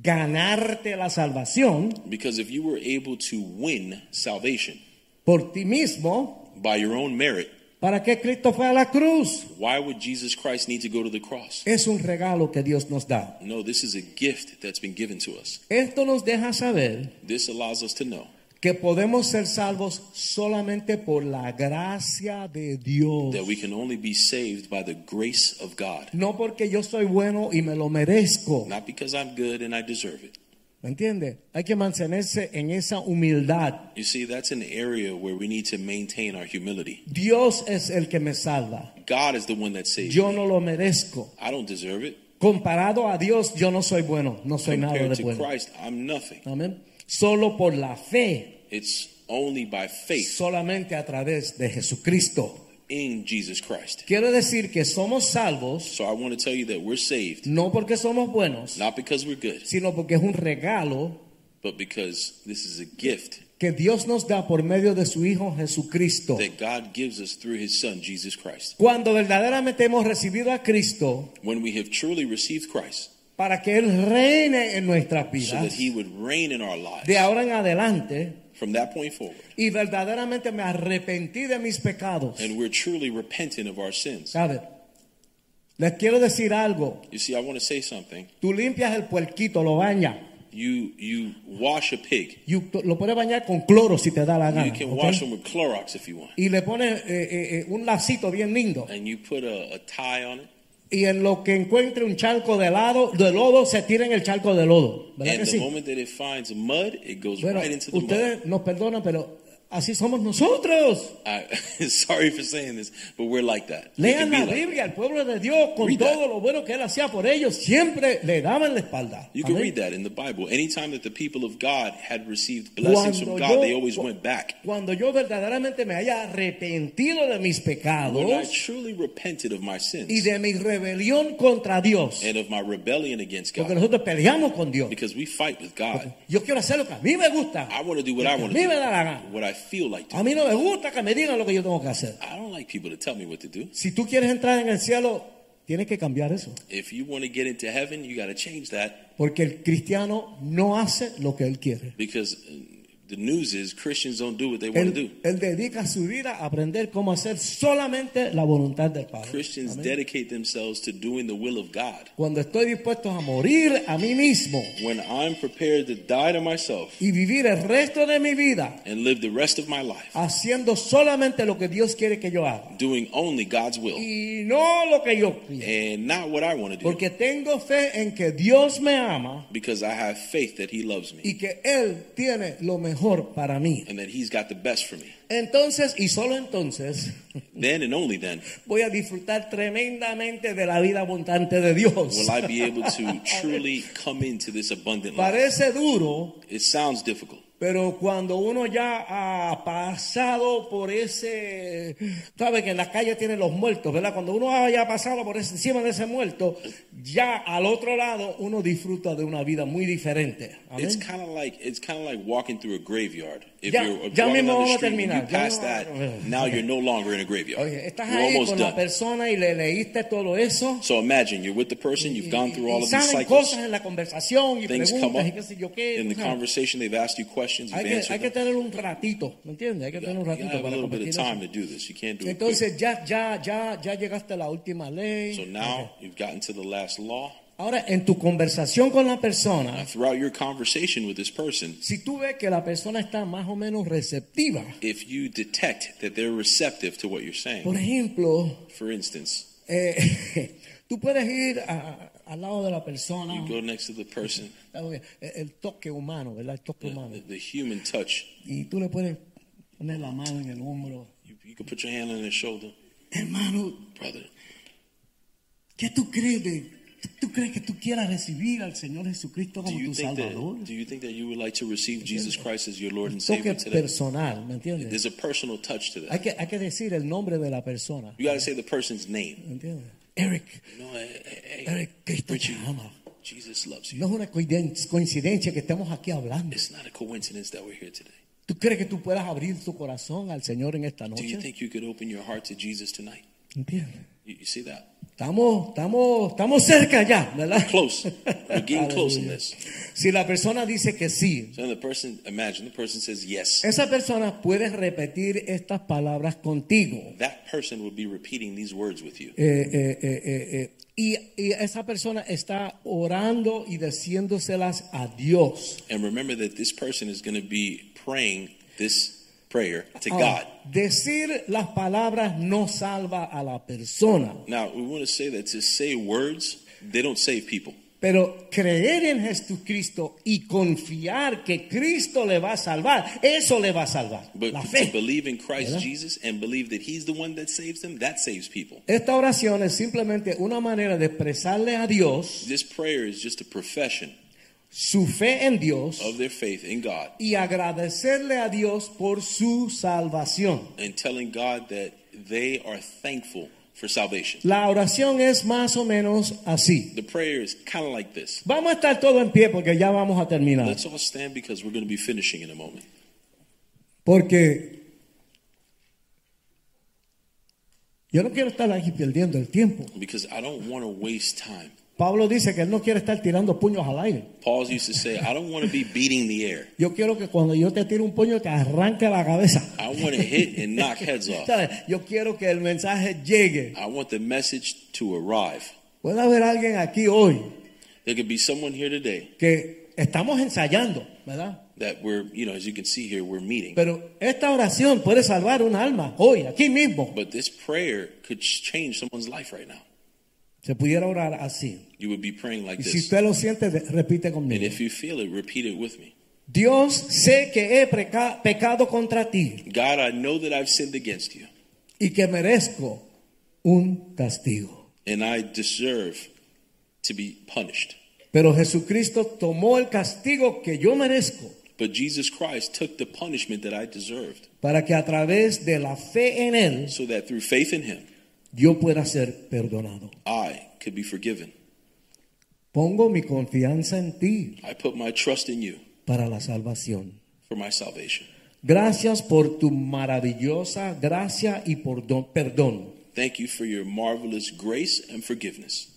[SPEAKER 2] ganarte la salvación
[SPEAKER 3] Because if you were able to win salvation
[SPEAKER 2] por ti mismo,
[SPEAKER 3] by your own merit,
[SPEAKER 2] ¿para qué Cristo fue a la cruz?
[SPEAKER 3] why would Jesus Christ need to go to the cross?
[SPEAKER 2] Es un regalo que Dios nos da.
[SPEAKER 3] No, this is a gift that's been given to us.
[SPEAKER 2] Esto nos deja saber
[SPEAKER 3] This allows us to know
[SPEAKER 2] que podemos ser salvos solamente por la gracia de Dios.
[SPEAKER 3] that we can only be saved by the grace of God,
[SPEAKER 2] No porque yo soy bueno y me lo merezco.
[SPEAKER 3] not because I'm good and I deserve it.
[SPEAKER 2] ¿Me entiende? Hay que mantenerse en esa humildad.
[SPEAKER 3] You see, that's an area where we need to maintain our humility.
[SPEAKER 2] Dios es el que me salva.
[SPEAKER 3] God is the one that saves.
[SPEAKER 2] Yo no lo merezco.
[SPEAKER 3] I don't deserve it.
[SPEAKER 2] Comparado a Dios, yo no soy bueno. No soy nada
[SPEAKER 3] Compared
[SPEAKER 2] de
[SPEAKER 3] to
[SPEAKER 2] bueno.
[SPEAKER 3] Christ, I'm nothing.
[SPEAKER 2] Amén. Solo por la fe,
[SPEAKER 3] It's only by faith
[SPEAKER 2] solamente a través de Jesucristo.
[SPEAKER 3] in Jesus Christ.
[SPEAKER 2] Quiero decir que somos salvos
[SPEAKER 3] So I want to tell you that we're saved,
[SPEAKER 2] no porque somos buenos,
[SPEAKER 3] not because we're good,
[SPEAKER 2] sino porque es un regalo
[SPEAKER 3] but because this is a gift
[SPEAKER 2] que Dios nos da por medio de su Hijo Jesucristo.
[SPEAKER 3] that God gives us through his son, Jesus Christ.
[SPEAKER 2] Cuando verdaderamente hemos recibido a Cristo
[SPEAKER 3] When we have truly received Christ,
[SPEAKER 2] para que Él reine en nuestras
[SPEAKER 3] so that
[SPEAKER 2] vidas,
[SPEAKER 3] he would reign in our lives.
[SPEAKER 2] de ahora en adelante,
[SPEAKER 3] From that point forward,
[SPEAKER 2] y verdaderamente me arrepentí de mis pecados.
[SPEAKER 3] and we're truly repentant of our sins.
[SPEAKER 2] ¿Sabe? Les quiero decir algo.
[SPEAKER 3] You see, I want to say something.
[SPEAKER 2] Tú limpias el puerquito, lo bañas.
[SPEAKER 3] You you wash a pig.
[SPEAKER 2] You- lo puedes bañar con cloro si te da la
[SPEAKER 3] You
[SPEAKER 2] gana.
[SPEAKER 3] can
[SPEAKER 2] ¿ok?
[SPEAKER 3] wash them with Clorox if you want,
[SPEAKER 2] Y le pones eh, eh, eh, un lacito bien lindo.
[SPEAKER 3] and you put a, a tie on it,
[SPEAKER 2] Y en lo que encuentre un charco de, lado, de lodo, se tira en el charco de lodo. ¿Verdad que
[SPEAKER 3] and the
[SPEAKER 2] sí?
[SPEAKER 3] moment that it finds mud, it goes
[SPEAKER 2] Bueno,
[SPEAKER 3] right into the mud.
[SPEAKER 2] ustedes nos perdonan, pero así somos nosotros.
[SPEAKER 3] I, sorry for saying this, but we're like that. We
[SPEAKER 2] Lean
[SPEAKER 3] can be
[SPEAKER 2] la
[SPEAKER 3] like that.
[SPEAKER 2] Biblia, el pueblo de Dios, con
[SPEAKER 3] Read that.
[SPEAKER 2] todo lo bueno que él hacía por ellos, siempre le daban la espalda.
[SPEAKER 3] You can
[SPEAKER 2] Amén.
[SPEAKER 3] read that in the Bible. Anytime that the people of God had received
[SPEAKER 2] Cuando
[SPEAKER 3] blessings
[SPEAKER 2] yo,
[SPEAKER 3] from God, they always went back.
[SPEAKER 2] cuando yo verdaderamente me haya arrepentido de mis
[SPEAKER 3] When I
[SPEAKER 2] pecados
[SPEAKER 3] truly repented of my sins
[SPEAKER 2] y de mi rebelión contra Dios,
[SPEAKER 3] and of my rebellion against
[SPEAKER 2] porque
[SPEAKER 3] God,
[SPEAKER 2] nosotros peleamos con Dios.
[SPEAKER 3] because we fight with God.
[SPEAKER 2] Yo quiero hacer lo que a mí me gusta.
[SPEAKER 3] I want to do what I
[SPEAKER 2] Lo
[SPEAKER 3] want
[SPEAKER 2] que
[SPEAKER 3] to
[SPEAKER 2] a mí me da la
[SPEAKER 3] do,
[SPEAKER 2] gana.
[SPEAKER 3] what I feel like
[SPEAKER 2] A
[SPEAKER 3] doing.
[SPEAKER 2] mí no me gusta que me digan lo que yo tengo que hacer.
[SPEAKER 3] I don't like people to tell me what to do.
[SPEAKER 2] Si tú quieres entrar en el cielo, tienes que cambiar eso.
[SPEAKER 3] If you want to get into heaven, you got to change that
[SPEAKER 2] Porque el cristiano no hace lo que él quiere.
[SPEAKER 3] because uh, the news is Christians don't do what they want to do.
[SPEAKER 2] Él, él dedica su vida a aprender cómo hacer solamente la voluntad del Padre.
[SPEAKER 3] Christians
[SPEAKER 2] Amén.
[SPEAKER 3] dedicate themselves to doing the will of God.
[SPEAKER 2] Cuando estoy dispuesto a morir a mí mismo
[SPEAKER 3] When I'm prepared to die to myself
[SPEAKER 2] y vivir el resto de mi vida
[SPEAKER 3] and live the rest of my life
[SPEAKER 2] haciendo solamente lo que Dios quiere que yo haga
[SPEAKER 3] doing only God's will
[SPEAKER 2] y no lo que yo quiero.
[SPEAKER 3] and not what I want to do
[SPEAKER 2] Porque tengo fe en que Dios me ama
[SPEAKER 3] because I have faith that He loves me
[SPEAKER 2] y que Él tiene lo mejor para mí.
[SPEAKER 3] and that He's got the best for me.
[SPEAKER 2] Entonces y solo entonces
[SPEAKER 3] Then and only then
[SPEAKER 2] voy a disfrutar tremendamente de la vida abundante de Dios.
[SPEAKER 3] will I be able to truly come into this abundant life.
[SPEAKER 2] Parece duro,
[SPEAKER 3] It sounds difficult.
[SPEAKER 2] pero cuando uno ya ha pasado por ese, sabe que en la calle tienen los muertos, ¿verdad? Cuando uno haya pasado por ese- encima de ese muerto, ya al otro lado uno disfruta de una vida muy diferente. Amén.
[SPEAKER 3] It's kind of like it's kind of like walking through a graveyard. If
[SPEAKER 2] Ya-
[SPEAKER 3] you're
[SPEAKER 2] ya
[SPEAKER 3] walking
[SPEAKER 2] mismo
[SPEAKER 3] down
[SPEAKER 2] vamos a
[SPEAKER 3] the street, when you
[SPEAKER 2] terminar, ya
[SPEAKER 3] pass
[SPEAKER 2] mismo
[SPEAKER 3] that,
[SPEAKER 2] vamos a-
[SPEAKER 3] now you're no longer in a graveyard.
[SPEAKER 2] Oye, estás
[SPEAKER 3] you're
[SPEAKER 2] ahí
[SPEAKER 3] almost
[SPEAKER 2] con la
[SPEAKER 3] done.
[SPEAKER 2] persona y le leíste todo eso.
[SPEAKER 3] So imagine you're with the person, you've gone through all
[SPEAKER 2] y
[SPEAKER 3] of these
[SPEAKER 2] salen
[SPEAKER 3] cycles.
[SPEAKER 2] cosas en la conversación y
[SPEAKER 3] Things come
[SPEAKER 2] preguntas
[SPEAKER 3] up
[SPEAKER 2] y qué sé yo qué.
[SPEAKER 3] in the
[SPEAKER 2] tú sabes.
[SPEAKER 3] conversation. They've asked you questions. You've
[SPEAKER 2] hay, que, hay
[SPEAKER 3] answered
[SPEAKER 2] que
[SPEAKER 3] them.
[SPEAKER 2] tener un ratito, ¿me entiendes? Hay que
[SPEAKER 3] You
[SPEAKER 2] tener un
[SPEAKER 3] gotta- you
[SPEAKER 2] ratito
[SPEAKER 3] gotta have a
[SPEAKER 2] para
[SPEAKER 3] little bit
[SPEAKER 2] compartir
[SPEAKER 3] of
[SPEAKER 2] eso.
[SPEAKER 3] time to do this. You can't do it quick.
[SPEAKER 2] Entonces ya, ya, ya, ya llegaste a la última ley.
[SPEAKER 3] So now
[SPEAKER 2] Ok.
[SPEAKER 3] you've gotten to the last law.
[SPEAKER 2] Ahora, en tu conversación con la
[SPEAKER 3] Now,
[SPEAKER 2] persona,
[SPEAKER 3] throughout your conversation with this person,
[SPEAKER 2] si tú ves que la persona está más o menos receptiva,
[SPEAKER 3] if you detect that they're receptive to what you're
[SPEAKER 2] por e-
[SPEAKER 3] saying,
[SPEAKER 2] ejemplo,
[SPEAKER 3] for instance,
[SPEAKER 2] eh, tú puedes ir a- al lado de la persona,
[SPEAKER 3] you go next to the person,
[SPEAKER 2] el, el toque humano, ¿verdad? El toque humano.
[SPEAKER 3] the, the human touch,
[SPEAKER 2] Y tú le puedes poner la mano en el hombro.
[SPEAKER 3] you, you can put your hand on their shoulder,
[SPEAKER 2] Hermano,
[SPEAKER 3] brother.
[SPEAKER 2] ¿Qué tú crees de, tú crees que tú quieras recibir al Señor Jesucristo
[SPEAKER 3] Do
[SPEAKER 2] como
[SPEAKER 3] you
[SPEAKER 2] tu
[SPEAKER 3] think
[SPEAKER 2] Salvador?
[SPEAKER 3] that? Do you think that you would like to receive Jesus Christ as your Lord and
[SPEAKER 2] Toque
[SPEAKER 3] Savior today?
[SPEAKER 2] personal, ¿me entiendes?
[SPEAKER 3] There's a personal touch to
[SPEAKER 2] Hay
[SPEAKER 3] that.
[SPEAKER 2] que, hay que decir el nombre de la persona,
[SPEAKER 3] You got to say the person's name.
[SPEAKER 2] ¿me entiendes? Eric,
[SPEAKER 3] No, hey, hey, hey,
[SPEAKER 2] Eric, Cristo te
[SPEAKER 3] Richie,
[SPEAKER 2] ama.
[SPEAKER 3] Jesus loves you.
[SPEAKER 2] No es una coiden- coincidencia que estemos aquí hablando.
[SPEAKER 3] It's not a coincidence that we're here today.
[SPEAKER 2] ¿Tú crees que tú puedas abrir tu corazón al Señor en esta
[SPEAKER 3] Do you
[SPEAKER 2] noche?
[SPEAKER 3] think you could open your heart to Jesus tonight?
[SPEAKER 2] ¿Entiendes?
[SPEAKER 3] You, you see that?
[SPEAKER 2] Estamos, estamos, estamos cerca ya, ¿verdad?
[SPEAKER 3] Close. We're getting close in
[SPEAKER 2] Aleluya.
[SPEAKER 3] this.
[SPEAKER 2] Si la persona dice que sí,
[SPEAKER 3] So the person, imagine the person says yes.
[SPEAKER 2] esa persona puede repetir estas palabras contigo.
[SPEAKER 3] That person would be repeating these words with you.
[SPEAKER 2] Eh, eh, eh, eh, eh. Y, y esa persona está orando y diciéndoselas a Dios.
[SPEAKER 3] And remember that this person is going to be praying this prayer to
[SPEAKER 2] Oh.
[SPEAKER 3] God.
[SPEAKER 2] Ahora, decir las palabras no salva a la persona,
[SPEAKER 3] Now, we want to say that to say words, they don't save people.
[SPEAKER 2] pero creer en Jesucristo y confiar que Cristo le va a salvar, eso le va a salvar.
[SPEAKER 3] But
[SPEAKER 2] la
[SPEAKER 3] to
[SPEAKER 2] fe.
[SPEAKER 3] believe in Christ
[SPEAKER 2] ¿Verdad?
[SPEAKER 3] Jesus and believe that He's the one that saves them, that saves people.
[SPEAKER 2] Esta oración es simplemente una manera de expresarle a Dios
[SPEAKER 3] This prayer is just a profession
[SPEAKER 2] su fe en Dios
[SPEAKER 3] of their faith in God
[SPEAKER 2] y agradecerle a Dios por su salvación.
[SPEAKER 3] and telling God that they are thankful for salvation.
[SPEAKER 2] La oración es más o menos así.
[SPEAKER 3] The prayer is kind of like this.
[SPEAKER 2] Vamos a estar todo en pie porque ya vamos a terminar.
[SPEAKER 3] Let's all stand because we're going to be finishing in a moment.
[SPEAKER 2] Porque yo no quiero estar aquí perdiendo el tiempo.
[SPEAKER 3] Because I don't want to waste time.
[SPEAKER 2] Pablo dice que él no quiere estar tirando puños al aire.
[SPEAKER 3] Paul used to say, I don't want to be beating the air.
[SPEAKER 2] Yo quiero que cuando yo te tire un puño te arranque la cabeza.
[SPEAKER 3] I want to hit and knock heads off.
[SPEAKER 2] ¿Sabes? Yo quiero que el mensaje llegue.
[SPEAKER 3] I want the message to arrive.
[SPEAKER 2] Puede haber alguien aquí hoy
[SPEAKER 3] There could be someone here today
[SPEAKER 2] que estamos ensayando, ¿verdad?
[SPEAKER 3] that we're, you know, as you can see here, we're meeting.
[SPEAKER 2] Pero esta oración puede salvar un alma hoy, aquí mismo.
[SPEAKER 3] But this prayer could ch- change someone's life right now.
[SPEAKER 2] Se pudiera orar así.
[SPEAKER 3] You would be praying like
[SPEAKER 2] Y si
[SPEAKER 3] this.
[SPEAKER 2] usted lo siente, de- repite
[SPEAKER 3] And
[SPEAKER 2] conmigo.
[SPEAKER 3] if you feel it, repeat it with me.
[SPEAKER 2] Dios, sé que he preca- pecado contra ti
[SPEAKER 3] God, I know that I've sinned against you,
[SPEAKER 2] y que merezco un castigo.
[SPEAKER 3] and I deserve to be punished.
[SPEAKER 2] Pero Jesucristo tomó el castigo que yo merezco
[SPEAKER 3] But Jesus Christ took the punishment that I deserved
[SPEAKER 2] para que a través de la fe en Él
[SPEAKER 3] so that through faith in him,
[SPEAKER 2] yo pueda ser perdonado.
[SPEAKER 3] I could be forgiven.
[SPEAKER 2] Pongo mi confianza en ti
[SPEAKER 3] I put my trust in you
[SPEAKER 2] para la salvación.
[SPEAKER 3] for my salvation.
[SPEAKER 2] Gracias por tu maravillosa gracia y por don- perdón.
[SPEAKER 3] Thank you for your marvelous grace and forgiveness.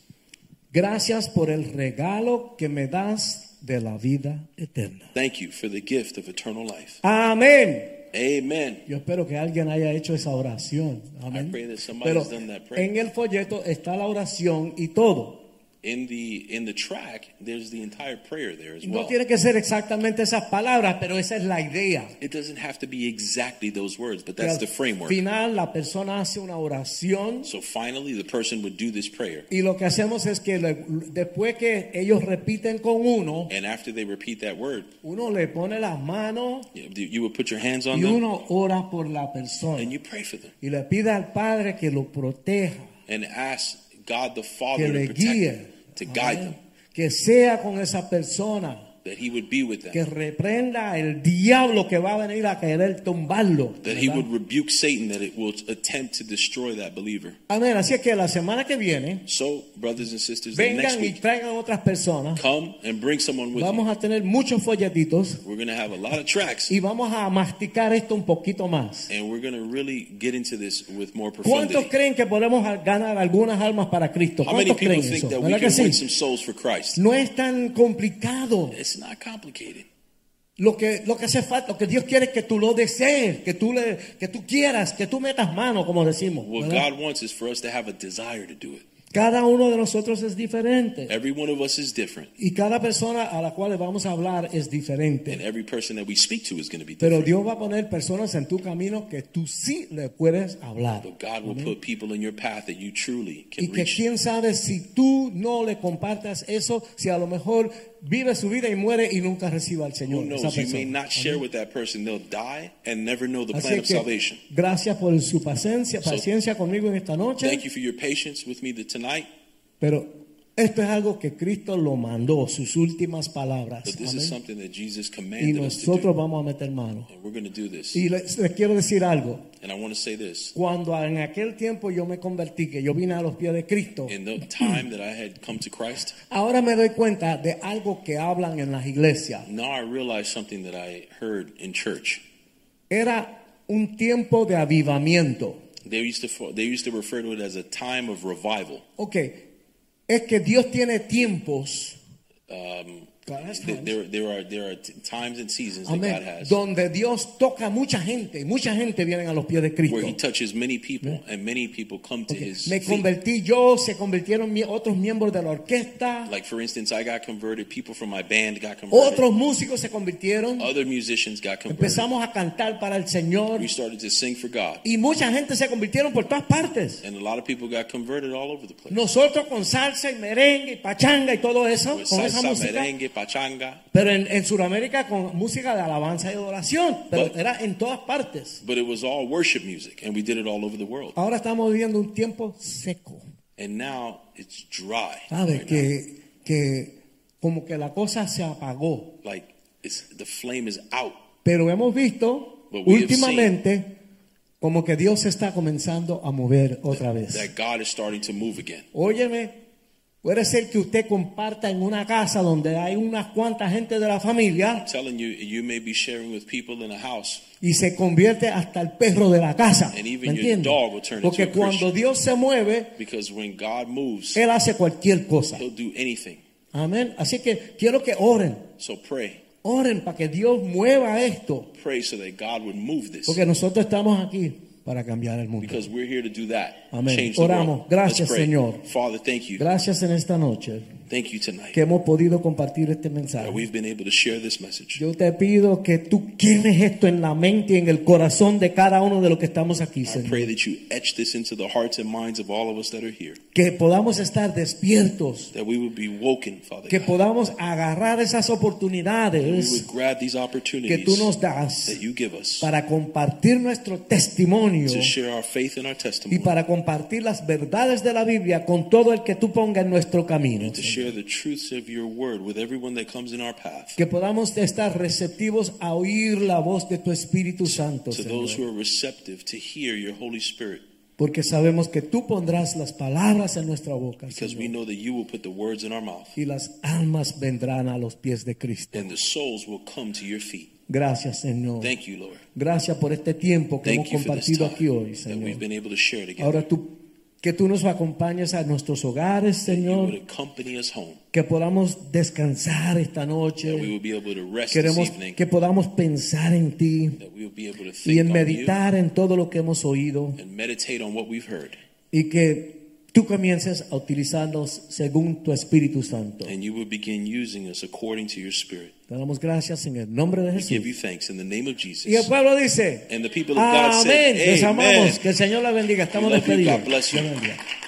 [SPEAKER 2] Gracias por el regalo que me das de la vida eterna.
[SPEAKER 3] Thank you for the gift of eternal life.
[SPEAKER 2] Amén.
[SPEAKER 3] Amen.
[SPEAKER 2] Yo espero que alguien haya hecho esa oración. Amén.
[SPEAKER 3] I pray that somebody's
[SPEAKER 2] Pero
[SPEAKER 3] done that prayer.
[SPEAKER 2] en el folleto está la oración y todo.
[SPEAKER 3] In the in the track, there's the entire prayer there as
[SPEAKER 2] No
[SPEAKER 3] well.
[SPEAKER 2] tiene que ser exactamente esas palabras, pero esa es la idea.
[SPEAKER 3] It doesn't have to be exactly those words, but
[SPEAKER 2] Que
[SPEAKER 3] that's
[SPEAKER 2] al
[SPEAKER 3] the framework.
[SPEAKER 2] final la persona hace una oración
[SPEAKER 3] So finally, the person would do this prayer,
[SPEAKER 2] y lo que hacemos es que le- después que ellos repiten con uno,
[SPEAKER 3] and after they repeat that word,
[SPEAKER 2] uno le pone las manos
[SPEAKER 3] you you would put your hands on
[SPEAKER 2] y
[SPEAKER 3] them
[SPEAKER 2] uno ora por la persona
[SPEAKER 3] and you pray for them
[SPEAKER 2] y le pide al Padre que lo proteja,
[SPEAKER 3] and ask God the
[SPEAKER 2] que
[SPEAKER 3] Father
[SPEAKER 2] le
[SPEAKER 3] to protect them,
[SPEAKER 2] guíe,
[SPEAKER 3] to guide
[SPEAKER 2] Amén.
[SPEAKER 3] them,
[SPEAKER 2] que sea con esa persona.
[SPEAKER 3] that He would be with them,
[SPEAKER 2] que reprenda el diablo que va a venir a querer tumbarlo.
[SPEAKER 3] that He
[SPEAKER 2] ¿verdad?
[SPEAKER 3] would rebuke Satan, that it will attempt to destroy that believer.
[SPEAKER 2] Amén. Así es que la semana que viene,
[SPEAKER 3] So, brothers and sisters, the next
[SPEAKER 2] vengan y
[SPEAKER 3] week,
[SPEAKER 2] traigan otras personas.
[SPEAKER 3] come and bring someone with
[SPEAKER 2] Vamos
[SPEAKER 3] you.
[SPEAKER 2] a tener muchos folletitos
[SPEAKER 3] We're going to have a lot of tracks,
[SPEAKER 2] y vamos a masticar esto un poquito más.
[SPEAKER 3] and we're going to really get into this with more
[SPEAKER 2] ¿Cuántos
[SPEAKER 3] profundity.
[SPEAKER 2] creen que podemos al- ganar algunas almas para Cristo?
[SPEAKER 3] How many
[SPEAKER 2] ¿Cuántos creen
[SPEAKER 3] people think
[SPEAKER 2] eso?
[SPEAKER 3] that we
[SPEAKER 2] ¿Verdad que
[SPEAKER 3] can win
[SPEAKER 2] sí?
[SPEAKER 3] some souls for Christ?
[SPEAKER 2] No es tan complicado.
[SPEAKER 3] It's not complicated.
[SPEAKER 2] Lo que, lo que hace falta, lo que Dios quiere es que tú lo desees, que tú, le, que tú quieras, que tú metas mano, como decimos.
[SPEAKER 3] What
[SPEAKER 2] ¿verdad?
[SPEAKER 3] God wants is for us to have a desire to do it.
[SPEAKER 2] Cada uno de nosotros es diferente.
[SPEAKER 3] Every one of us is different,
[SPEAKER 2] Y cada persona a la cual le vamos a hablar es
[SPEAKER 3] and
[SPEAKER 2] diferente.
[SPEAKER 3] every person that we speak to is going to be
[SPEAKER 2] Pero
[SPEAKER 3] different.
[SPEAKER 2] Dios va a poner personas en tu camino que tú sí le puedes hablar.
[SPEAKER 3] But God will put people in your path that you truly
[SPEAKER 2] Y
[SPEAKER 3] can
[SPEAKER 2] que
[SPEAKER 3] reach.
[SPEAKER 2] quién sabe si tú no le compartas eso, si a lo mejor vive su vida y muere y nunca reciba al
[SPEAKER 3] Who
[SPEAKER 2] Señor. esa
[SPEAKER 3] knows? You may
[SPEAKER 2] persona.
[SPEAKER 3] not share with that person. They'll die and never know the
[SPEAKER 2] Así
[SPEAKER 3] plan of
[SPEAKER 2] que,
[SPEAKER 3] salvation.
[SPEAKER 2] gracias por su paciencia,
[SPEAKER 3] So,
[SPEAKER 2] paciencia conmigo en esta noche.
[SPEAKER 3] Thank you for your patience with me th- tonight.
[SPEAKER 2] Pero esto es algo que Cristo lo mandó, sus últimas palabras.
[SPEAKER 3] But this is
[SPEAKER 2] Amén.
[SPEAKER 3] something that Jesus
[SPEAKER 2] Y
[SPEAKER 3] commanded us to
[SPEAKER 2] nosotros
[SPEAKER 3] do.
[SPEAKER 2] vamos a meter mano.
[SPEAKER 3] And we're going to do this.
[SPEAKER 2] Y les- les quiero decir algo.
[SPEAKER 3] And I want to say this.
[SPEAKER 2] Cuando en aquel tiempo yo me convertí, que yo vine a los pies de Cristo,
[SPEAKER 3] In the time that I had come to Christ,
[SPEAKER 2] ahora me doy cuenta de algo que hablan en las iglesias.
[SPEAKER 3] now I realize something that I heard in church.
[SPEAKER 2] Era un tiempo de avivamiento.
[SPEAKER 3] They used to fo- they used to refer to it as a time of revival.
[SPEAKER 2] Ok, es que Dios tiene tiempos,
[SPEAKER 3] Um,
[SPEAKER 2] God has
[SPEAKER 3] th-
[SPEAKER 2] times.
[SPEAKER 3] there, there are there are t- times and seasons that
[SPEAKER 2] amén,
[SPEAKER 3] God has
[SPEAKER 2] donde Dios toca mucha gente, y mucha gente vienen a los pies de
[SPEAKER 3] where He
[SPEAKER 2] Cristo.
[SPEAKER 3] touches many people and many people come to
[SPEAKER 2] Ok,
[SPEAKER 3] His
[SPEAKER 2] Me
[SPEAKER 3] feet.
[SPEAKER 2] convertí yo, se convirtieron mi- otros miembros de la orquesta,
[SPEAKER 3] Like for instance, I got converted. People from my band got converted.
[SPEAKER 2] otros músicos se convirtieron,
[SPEAKER 3] Other musicians got converted.
[SPEAKER 2] empezamos a cantar para el Señor
[SPEAKER 3] We started to sing for God,
[SPEAKER 2] y mucha gente se convirtieron por todas partes.
[SPEAKER 3] and a lot of people got converted all over the place.
[SPEAKER 2] Nosotros con salsa y merengue y pachanga y todo eso,
[SPEAKER 3] With
[SPEAKER 2] con esa
[SPEAKER 3] Pues salsa,
[SPEAKER 2] música.
[SPEAKER 3] merengue, pachanga.
[SPEAKER 2] Pero en, en Sudamérica con música de alabanza y adoración, pero
[SPEAKER 3] But-
[SPEAKER 2] era en todas partes.
[SPEAKER 3] But it was all worship music, and we did it all over the world.
[SPEAKER 2] Ahora estamos viviendo un tiempo seco.
[SPEAKER 3] And now it's dry.
[SPEAKER 2] ¿Sabes?
[SPEAKER 3] right now.
[SPEAKER 2] que, que como que la cosa se apagó.
[SPEAKER 3] Like it's the flame is out.
[SPEAKER 2] Pero hemos visto
[SPEAKER 3] But we have
[SPEAKER 2] últimamente Como que Dios se está comenzando a mover otra vez.
[SPEAKER 3] that God is starting to move again.
[SPEAKER 2] Óyeme, puede ser que usted comparta en una casa donde hay unas cuantas gente de la familia
[SPEAKER 3] I'm telling you, you may be sharing with people in a house.
[SPEAKER 2] y se convierte hasta el perro de la casa.
[SPEAKER 3] And even
[SPEAKER 2] ¿Me
[SPEAKER 3] your
[SPEAKER 2] entiende?
[SPEAKER 3] dog will turn into
[SPEAKER 2] Porque
[SPEAKER 3] a
[SPEAKER 2] cuando
[SPEAKER 3] Christian.
[SPEAKER 2] Dios se mueve,
[SPEAKER 3] Because when God moves,
[SPEAKER 2] Él hace cualquier cosa.
[SPEAKER 3] He'll do anything.
[SPEAKER 2] Amén. Así que quiero que oren.
[SPEAKER 3] So pray.
[SPEAKER 2] Oren para que Dios mueva esto.
[SPEAKER 3] Pray so that God would move this.
[SPEAKER 2] Porque nosotros estamos aquí para cambiar el mundo.
[SPEAKER 3] Because we're here to do that.
[SPEAKER 2] Amén.
[SPEAKER 3] Change the
[SPEAKER 2] Oramos.
[SPEAKER 3] world.
[SPEAKER 2] Gracias,
[SPEAKER 3] Let's pray.
[SPEAKER 2] Señor.
[SPEAKER 3] Father, thank you.
[SPEAKER 2] Gracias en esta noche
[SPEAKER 3] Thank you tonight
[SPEAKER 2] que hemos podido compartir este
[SPEAKER 3] that
[SPEAKER 2] mensaje.
[SPEAKER 3] we've been able to share this message.
[SPEAKER 2] Yo te pido que tú quemes esto en la mente y en el corazón de cada uno de los que estamos aquí,
[SPEAKER 3] I pray
[SPEAKER 2] Señor.
[SPEAKER 3] that you etch this into the hearts and minds of all of us that are here.
[SPEAKER 2] Que podamos estar despiertos,
[SPEAKER 3] That we would be woken, Father
[SPEAKER 2] que
[SPEAKER 3] God.
[SPEAKER 2] podamos agarrar esas
[SPEAKER 3] That we would
[SPEAKER 2] oportunidades
[SPEAKER 3] grab these
[SPEAKER 2] que tú nos
[SPEAKER 3] opportunities
[SPEAKER 2] das
[SPEAKER 3] that you give us
[SPEAKER 2] para compartir nuestro testimonio
[SPEAKER 3] to share our faith and our testimony.
[SPEAKER 2] y para compartir las verdades de la Biblia con todo el que tú ponga en nuestro camino.
[SPEAKER 3] to
[SPEAKER 2] Señor.
[SPEAKER 3] share the truths of your word with everyone that comes in our path.
[SPEAKER 2] Que podamos estar receptivos a oír la voz de tu Espíritu Santo,
[SPEAKER 3] To those
[SPEAKER 2] Señor.
[SPEAKER 3] who are receptive to hear your Holy Spirit,
[SPEAKER 2] porque sabemos que tú pondrás las palabras en nuestra boca
[SPEAKER 3] because
[SPEAKER 2] Señor.
[SPEAKER 3] we know that you will put the words in our mouth
[SPEAKER 2] y las almas vendrán a los pies de Cristo.
[SPEAKER 3] and the souls will come to your feet.
[SPEAKER 2] Gracias, Señor.
[SPEAKER 3] Thank you, Lord.
[SPEAKER 2] Gracias por este tiempo que hemos
[SPEAKER 3] Thank you for this
[SPEAKER 2] compartido
[SPEAKER 3] time
[SPEAKER 2] aquí hoy,
[SPEAKER 3] that we've
[SPEAKER 2] Señor.
[SPEAKER 3] been able to share together.
[SPEAKER 2] Ahora tú, que tú nos acompañes a nuestros hogares,
[SPEAKER 3] That you would
[SPEAKER 2] Señor.
[SPEAKER 3] accompany us home.
[SPEAKER 2] Que podamos descansar esta
[SPEAKER 3] That we
[SPEAKER 2] noche.
[SPEAKER 3] would be able to rest this
[SPEAKER 2] Queremos
[SPEAKER 3] evening.
[SPEAKER 2] que podamos pensar en ti
[SPEAKER 3] That we would be able to
[SPEAKER 2] y en
[SPEAKER 3] think on you
[SPEAKER 2] meditar en todo lo que hemos oído.
[SPEAKER 3] and meditate on what we've heard.
[SPEAKER 2] y que tú comiences a utilizarlos según tu Espíritu Santo.
[SPEAKER 3] And you will begin using us according to your spirit.
[SPEAKER 2] Te damos gracias en el nombre de
[SPEAKER 3] We give you
[SPEAKER 2] Jesús.
[SPEAKER 3] thanks in the name of
[SPEAKER 2] Y el
[SPEAKER 3] Jesus.
[SPEAKER 2] pueblo dice,
[SPEAKER 3] And the people of God
[SPEAKER 2] amén,
[SPEAKER 3] said,
[SPEAKER 2] les
[SPEAKER 3] Amen.
[SPEAKER 2] amamos, que el Señor la bendiga, estamos
[SPEAKER 3] We love you.
[SPEAKER 2] despedidos.
[SPEAKER 3] God bless you.
[SPEAKER 2] Dios bendiga.